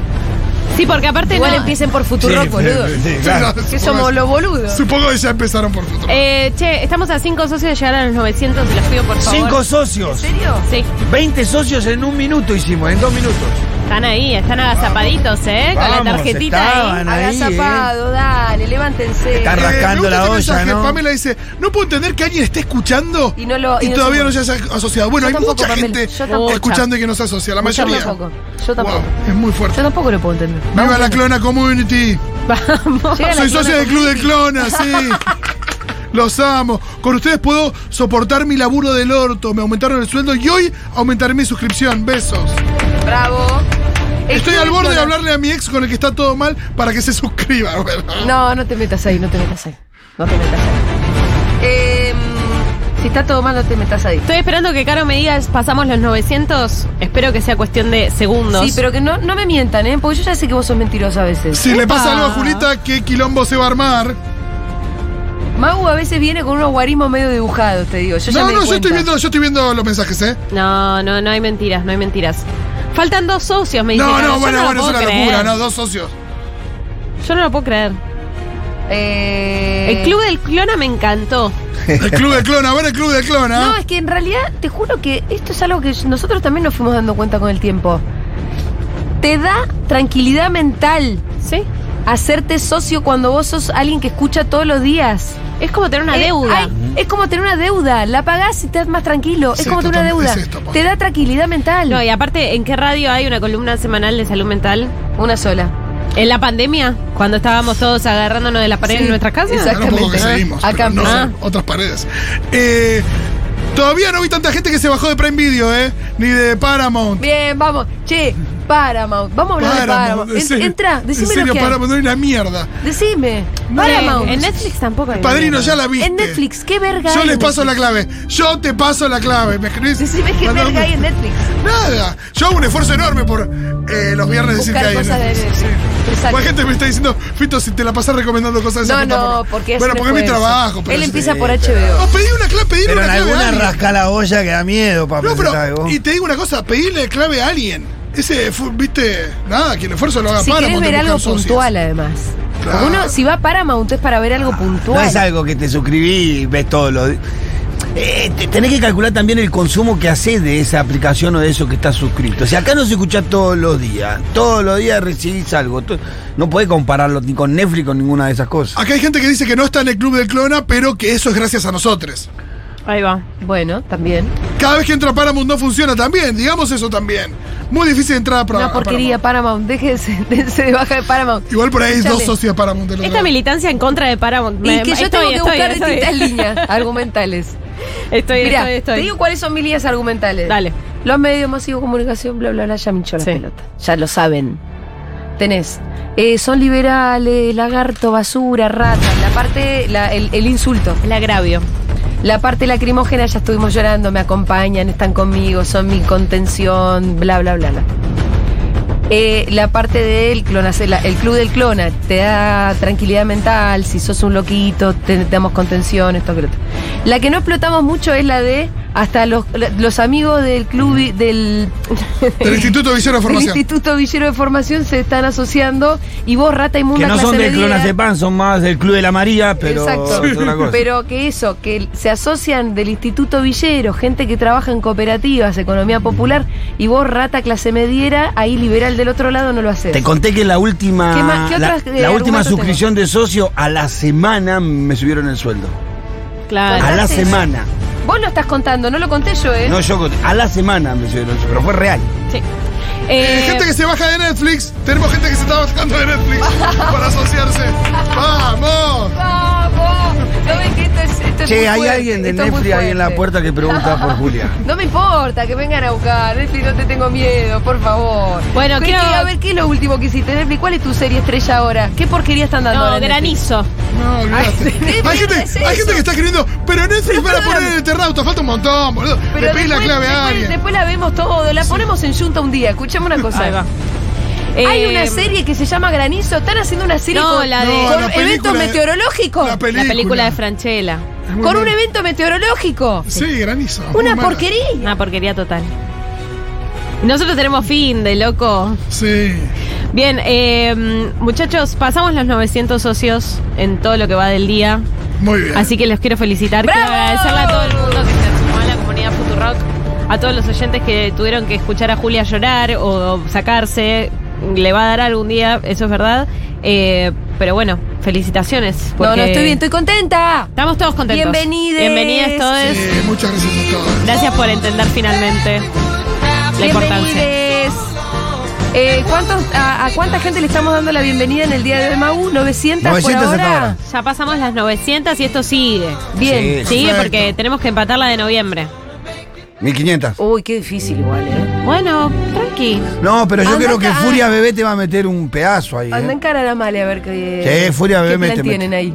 Speaker 13: Sí, porque aparte
Speaker 3: Igual
Speaker 13: no-
Speaker 3: empiecen por Futurock,
Speaker 6: Sí,
Speaker 3: boludo.
Speaker 6: sí, sí, claro.
Speaker 3: Que somos los boludos.
Speaker 6: Supongo que ya empezaron por Futurock.
Speaker 13: Eh, che, estamos a cinco socios de llegar a los 900, se los pido por favor.
Speaker 5: Cinco socios.
Speaker 13: ¿En serio? Sí.
Speaker 5: 20 socios en un minuto hicimos, en dos minutos.
Speaker 13: Están ahí, están agazapaditos, ¿eh? Con la
Speaker 5: Vamos,
Speaker 13: tarjetita ahí.
Speaker 5: estaban ahí,
Speaker 6: ¿eh?
Speaker 3: Agazapado, dale, levántense. Eh,
Speaker 5: Están rascando
Speaker 6: me gusta
Speaker 5: la
Speaker 6: este
Speaker 5: olla,
Speaker 6: mensaje.
Speaker 5: ¿no?
Speaker 6: Pamela dice, no puedo entender que alguien esté escuchando
Speaker 3: Y no lo- y no
Speaker 6: todavía
Speaker 3: se-
Speaker 6: no se haya asociado. Bueno,
Speaker 3: Yo
Speaker 6: hay
Speaker 3: tampoco,
Speaker 6: mucha
Speaker 3: Pamela,
Speaker 6: gente
Speaker 3: yo tampoco.
Speaker 6: escuchando y que no se asocia, la
Speaker 3: Yo
Speaker 6: mayoría.
Speaker 3: tampoco. Yo tampoco.
Speaker 6: Es muy fuerte.
Speaker 3: Yo tampoco lo puedo entender.
Speaker 6: ¡Viva la clona community!
Speaker 13: Vamos.
Speaker 3: Llega la
Speaker 6: Soy
Speaker 3: clona
Speaker 6: socio del Club de Clonas, sí.
Speaker 3: (laughs)
Speaker 6: Los amo. Con ustedes puedo soportar mi laburo del orto. Me aumentaron el sueldo y hoy aumentaré mi suscripción. Besos.
Speaker 3: Bravo.
Speaker 6: Estoy
Speaker 3: Club
Speaker 6: al
Speaker 3: de
Speaker 6: borde de
Speaker 3: Clonas.
Speaker 6: hablarle a mi ex con el que está todo mal para que se suscriba. (laughs) Bueno.
Speaker 3: No, no te metas ahí, no te metas ahí. No te metas ahí. Eh, si está todo mal, no te metas ahí.
Speaker 13: Estoy esperando que Caro me diga, pasamos los 900. Espero que sea cuestión de segundos.
Speaker 3: Sí, pero que no, no me mientan, ¿eh? Porque yo ya sé que vos sos mentirosa a veces.
Speaker 6: Si le pasa algo a Julita, ¿qué quilombo se va a armar?
Speaker 3: Magu a veces viene con unos guarismos medio dibujados, te digo. Yo ya
Speaker 6: no,
Speaker 3: me
Speaker 6: no,
Speaker 3: di
Speaker 6: yo estoy,
Speaker 3: cuenta.
Speaker 6: viendo, yo estoy viendo los mensajes, ¿eh?
Speaker 13: No, no, no hay mentiras, no hay mentiras. Faltan dos socios, me dicen.
Speaker 6: No,
Speaker 13: Caro.
Speaker 6: no,
Speaker 13: Yo
Speaker 6: bueno,
Speaker 13: lo
Speaker 6: bueno, es
Speaker 13: puedo
Speaker 6: una
Speaker 13: creer.
Speaker 6: locura, ¿no? Dos socios.
Speaker 13: Yo no lo puedo creer.
Speaker 3: Eh,
Speaker 13: El club del clona me encantó.
Speaker 6: El Club de Clona, a ver el ¿ah? Club de
Speaker 3: No,
Speaker 6: Clona.
Speaker 3: es que en realidad te juro que esto es algo que nosotros también nos fuimos dando cuenta con el tiempo. Te da tranquilidad mental.
Speaker 13: Sí.
Speaker 3: Hacerte socio cuando vos sos alguien que escucha todos los días.
Speaker 13: Es como tener una
Speaker 3: Eh,
Speaker 13: deuda.
Speaker 3: ay, es como tener una deuda. La pagás y te das más tranquilo.
Speaker 6: Sí,
Speaker 3: es como tener una
Speaker 6: totalmente,
Speaker 3: deuda.
Speaker 6: es esto, pa.
Speaker 3: te da tranquilidad mental.
Speaker 13: No, y aparte, ¿en qué radio hay una columna semanal de salud mental?
Speaker 3: Una sola.
Speaker 13: En la pandemia, cuando estábamos todos agarrándonos de la pared
Speaker 3: Sí,
Speaker 13: en nuestra casa.
Speaker 6: Ahora un poco que seguimos,
Speaker 3: Acá
Speaker 6: pero no
Speaker 13: ah.
Speaker 6: sé, otras paredes. Eh, todavía no vi tanta gente que se bajó de Prime Video, ¿eh? Ni de Paramount.
Speaker 3: Bien, vamos. Che, Paramount. Vamos a hablar de Paramount. En- entra, decime
Speaker 6: En serio,
Speaker 3: lo que hay.
Speaker 6: Paramount, no hay una mierda.
Speaker 3: Decime.
Speaker 6: No.
Speaker 3: Paramount.
Speaker 6: En Netflix
Speaker 13: tampoco
Speaker 6: hay Padrino, ya la viste.
Speaker 3: En Netflix, ¿qué verga
Speaker 6: Yo
Speaker 3: hay
Speaker 6: les
Speaker 3: en
Speaker 6: paso la
Speaker 3: Netflix?
Speaker 6: clave. Yo te paso la clave. ¿Me escribís?
Speaker 3: Decime qué
Speaker 6: Mandame-
Speaker 3: verga hay en Netflix.
Speaker 6: Nada. Yo hago un esfuerzo enorme por eh, los viernes decir que
Speaker 3: Buscar
Speaker 6: hay en
Speaker 3: cosas de
Speaker 6: Netflix.
Speaker 3: Netflix. Exacto.
Speaker 6: Porque gente me está diciendo, Fito, si te la pasas recomendando cosas de
Speaker 3: No,
Speaker 6: esa puta
Speaker 3: no,
Speaker 6: madre".
Speaker 3: porque es
Speaker 6: Bueno,
Speaker 3: un
Speaker 6: porque es mi
Speaker 3: esfuerzo.
Speaker 6: trabajo. por
Speaker 3: Él
Speaker 6: eso
Speaker 3: empieza
Speaker 6: te-
Speaker 3: por HBO.
Speaker 6: Ah, pedí una clave, pedí
Speaker 26: Pero
Speaker 6: una
Speaker 26: en
Speaker 6: clave. a
Speaker 26: alguna
Speaker 6: alguien.
Speaker 26: rasca la olla que da miedo, papá.
Speaker 6: No, pero, y te digo una cosa, pedirle clave a alguien. Ese, fu- viste, nada, que el esfuerzo lo haga
Speaker 3: Si
Speaker 6: para.
Speaker 3: querés ver algo puntual, además. Porque Uno, si va a Paramount es para ver algo
Speaker 26: No
Speaker 3: puntual.
Speaker 26: es algo que te suscribí y ves todo lo. Eh, te- tenés que calcular también el consumo que haces de esa aplicación o de eso que estás suscrito. Si acá no se escucha todos los días, todos los días recibís algo. to- No podés compararlo ni con Netflix con ninguna de esas cosas.
Speaker 6: Acá hay gente que dice que no está en el club del clona, pero que eso es gracias a nosotros.
Speaker 3: Ahí va. Bueno, también.
Speaker 6: Cada vez que entra Paramount no funciona también, digamos eso también. Muy difícil entrar a, Pra-
Speaker 3: Una
Speaker 6: a
Speaker 3: porquería, Paramount. Déjense, (laughs) déjense de baja de Paramount.
Speaker 6: Paramount. Igual por ahí hay dos
Speaker 3: Escuchame.
Speaker 6: socios de Paramount. del otro
Speaker 13: Ah, Esta
Speaker 6: lado.
Speaker 13: militancia en contra de Paramount.
Speaker 3: Y
Speaker 13: me-
Speaker 3: que yo
Speaker 13: estoy,
Speaker 3: tengo que
Speaker 13: estoy,
Speaker 3: buscar
Speaker 13: estoy. (laughs)
Speaker 3: distintas líneas argumentales.
Speaker 13: Estoy,
Speaker 3: Mirá,
Speaker 13: estoy, estoy.
Speaker 3: te digo cuáles son mis líneas argumentales. Dale. Los medios masivos de comunicación, bla, bla, bla, ya me hinchó la pelota. Ya lo saben. Tenés. eh, son liberales, lagarto, basura, rata. La parte, la- el, el insulto. El agravio. La parte lacrimógena, ya estuvimos llorando, me acompañan, están conmigo, son mi contención, bla, bla, bla, bla. Eh, la parte del clona, el club del clona, te da tranquilidad mental, si sos un loquito, te, te damos contención, esto que lo otro. La que no explotamos mucho es la de hasta los, los amigos del club y- del,
Speaker 6: Del Instituto
Speaker 3: (laughs)
Speaker 6: Villero de
Speaker 3: del
Speaker 6: Formación.
Speaker 3: Instituto Villero de Formación se están asociando y vos, rata inmunda,
Speaker 26: Que no son
Speaker 3: clase
Speaker 26: del
Speaker 3: media.
Speaker 26: Clonacepan, son más del Club de la María, pero.
Speaker 3: Exacto.
Speaker 26: es otra cosa.
Speaker 3: Pero que eso, que se asocian del Instituto Villero, gente que trabaja en cooperativas, economía popular, y vos, rata clase mediera, ahí liberal del otro lado, no lo haces.
Speaker 26: Te conté que la última.
Speaker 3: ¿Qué más- qué
Speaker 26: la-
Speaker 3: otras, eh,
Speaker 26: la última
Speaker 3: argumentos
Speaker 26: suscripción de socio a la semana me subieron el sueldo.
Speaker 13: Claro.
Speaker 26: A la semana.
Speaker 3: Vos lo estás contando, no lo conté yo, ¿eh?
Speaker 26: No, yo a la semana me subieron el sueldo, pero fue real.
Speaker 6: Eh, gente que se baja de Netflix, tenemos gente que se está bajando
Speaker 3: (laughs)
Speaker 6: de Netflix para asociarse. ¡Vamos!
Speaker 3: ¡Vamos! No ven que esto es, esto es muy
Speaker 26: Che, hay
Speaker 3: fuerte,
Speaker 26: alguien de
Speaker 3: esto es muy
Speaker 26: Netflix ahí en la
Speaker 3: fuerte.
Speaker 26: puerta que pregunta por Julia.
Speaker 3: (laughs) No me importa, que vengan a buscar. Netflix, no te tengo miedo, por favor.
Speaker 13: Bueno,
Speaker 3: Pero
Speaker 13: quiero-
Speaker 3: es que, A ver, ¿qué es lo último que hiciste, Netflix? ¿Cuál es tu serie estrella ahora? ¿Qué porquería están dando
Speaker 13: No,
Speaker 3: ahora en
Speaker 13: granizo.
Speaker 6: No, olvidate.
Speaker 3: ¿qué
Speaker 6: hay, gente,
Speaker 3: es
Speaker 6: hay gente
Speaker 3: eso?
Speaker 6: que está escribiendo, pero (laughs) Netflix van a poner el Eternauta, este falta un montón, boludo.
Speaker 3: Netflix?
Speaker 6: Le pedí la clave a
Speaker 3: después,
Speaker 6: alguien.
Speaker 3: después la vemos todo, la ponemos en Junta un día. Escuchame una cosa.
Speaker 13: Ahí va.
Speaker 3: Hay
Speaker 13: Eh,
Speaker 3: una serie que se llama Granizo. Están haciendo una serie
Speaker 13: No,
Speaker 3: con,
Speaker 13: la de- No,
Speaker 3: con
Speaker 13: la
Speaker 3: eventos
Speaker 13: película de-
Speaker 3: meteorológicos.
Speaker 13: La película. La película de Franchella.
Speaker 6: Ah, muy
Speaker 3: Con un
Speaker 6: buena.
Speaker 3: evento meteorológico.
Speaker 6: Sí, granizo.
Speaker 3: Una
Speaker 6: Muy mala.
Speaker 3: porquería.
Speaker 13: Una porquería total. Nosotros tenemos fin de loco.
Speaker 6: Sí.
Speaker 13: Bien, eh, muchachos, pasamos los 900 socios en todo lo que va del día.
Speaker 6: Muy bien.
Speaker 13: Así que los quiero felicitar. Quiero agradecerle a todo el mundo que se sumó a la comunidad Futurock, a todos los oyentes que tuvieron que escuchar a Julia llorar o sacarse. Le va a dar algún día, eso es verdad. Eh, pero bueno, felicitaciones.
Speaker 3: No,
Speaker 13: porque
Speaker 3: no, estoy bien, estoy contenta.
Speaker 13: Estamos todos contentos.
Speaker 3: Bienvenides.
Speaker 13: Bienvenidas todos.
Speaker 6: Sí, muchas gracias a todos.
Speaker 13: Gracias por entender finalmente la importancia.
Speaker 3: Bienvenides. Eh, ¿cuántos- a, a cuánta gente le estamos dando la bienvenida en el día de hoy, Mau? ¿900, por
Speaker 13: 900 hasta
Speaker 3: ahora?
Speaker 13: ahora. Ya pasamos las 900 y esto sigue.
Speaker 3: Bien.
Speaker 13: sigue
Speaker 6: perfecto.
Speaker 13: porque tenemos que empatar la de noviembre.
Speaker 26: 1500.
Speaker 3: Uy, qué difícil igual, ¿eh?
Speaker 13: Bueno, tranqui.
Speaker 26: No, pero yo
Speaker 3: Anda
Speaker 26: creo que
Speaker 3: acá.
Speaker 26: Furia Bebé te va a meter un pedazo ahí.
Speaker 3: Anda
Speaker 26: ¿eh?
Speaker 3: en cara a la male a ver qué,
Speaker 26: Sí, Furia
Speaker 3: qué
Speaker 26: Bebé
Speaker 3: plan
Speaker 26: mete, mete.
Speaker 3: tienen ahí.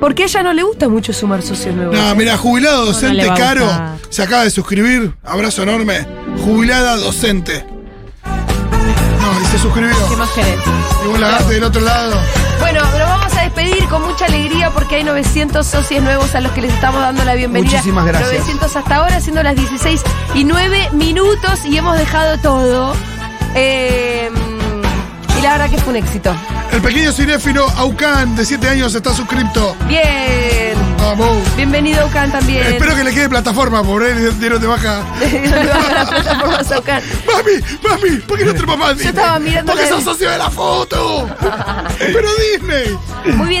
Speaker 3: Porque a ella no le gusta mucho sumar socios nuevos.
Speaker 6: No, mira, jubilado docente
Speaker 3: le va a
Speaker 6: caro
Speaker 3: gustar.
Speaker 6: se acaba de suscribir. Abrazo enorme. Jubilada docente. No, y se suscribió.
Speaker 13: ¿Qué más querés?
Speaker 6: Y un lagarto del otro lado.
Speaker 3: Bueno, nos vamos a despedir con mucha alegría porque hay 900 socios nuevos a los que les estamos dando la bienvenida.
Speaker 26: Muchísimas gracias.
Speaker 3: 900 hasta ahora, siendo las 16 y 9 minutos y hemos dejado todo. Eh, y la verdad que fue un éxito.
Speaker 6: El pequeño cinéfilo Aucan de 7 años está suscripto.
Speaker 3: Bien.
Speaker 6: Vamos.
Speaker 3: Bienvenido, Ocan, también.
Speaker 6: Espero que le quede plataforma, pobre, de no
Speaker 3: (laughs)
Speaker 6: te baja.
Speaker 3: Yo le bajo la
Speaker 6: (laughs)
Speaker 3: plataforma, Saucan.
Speaker 6: Mami, mami, ¿por qué no trepa más?
Speaker 3: Yo estaba mirando
Speaker 6: Porque
Speaker 3: la- (laughs)
Speaker 6: sos socio de la foto. Pero Disney.
Speaker 3: Muy bien, se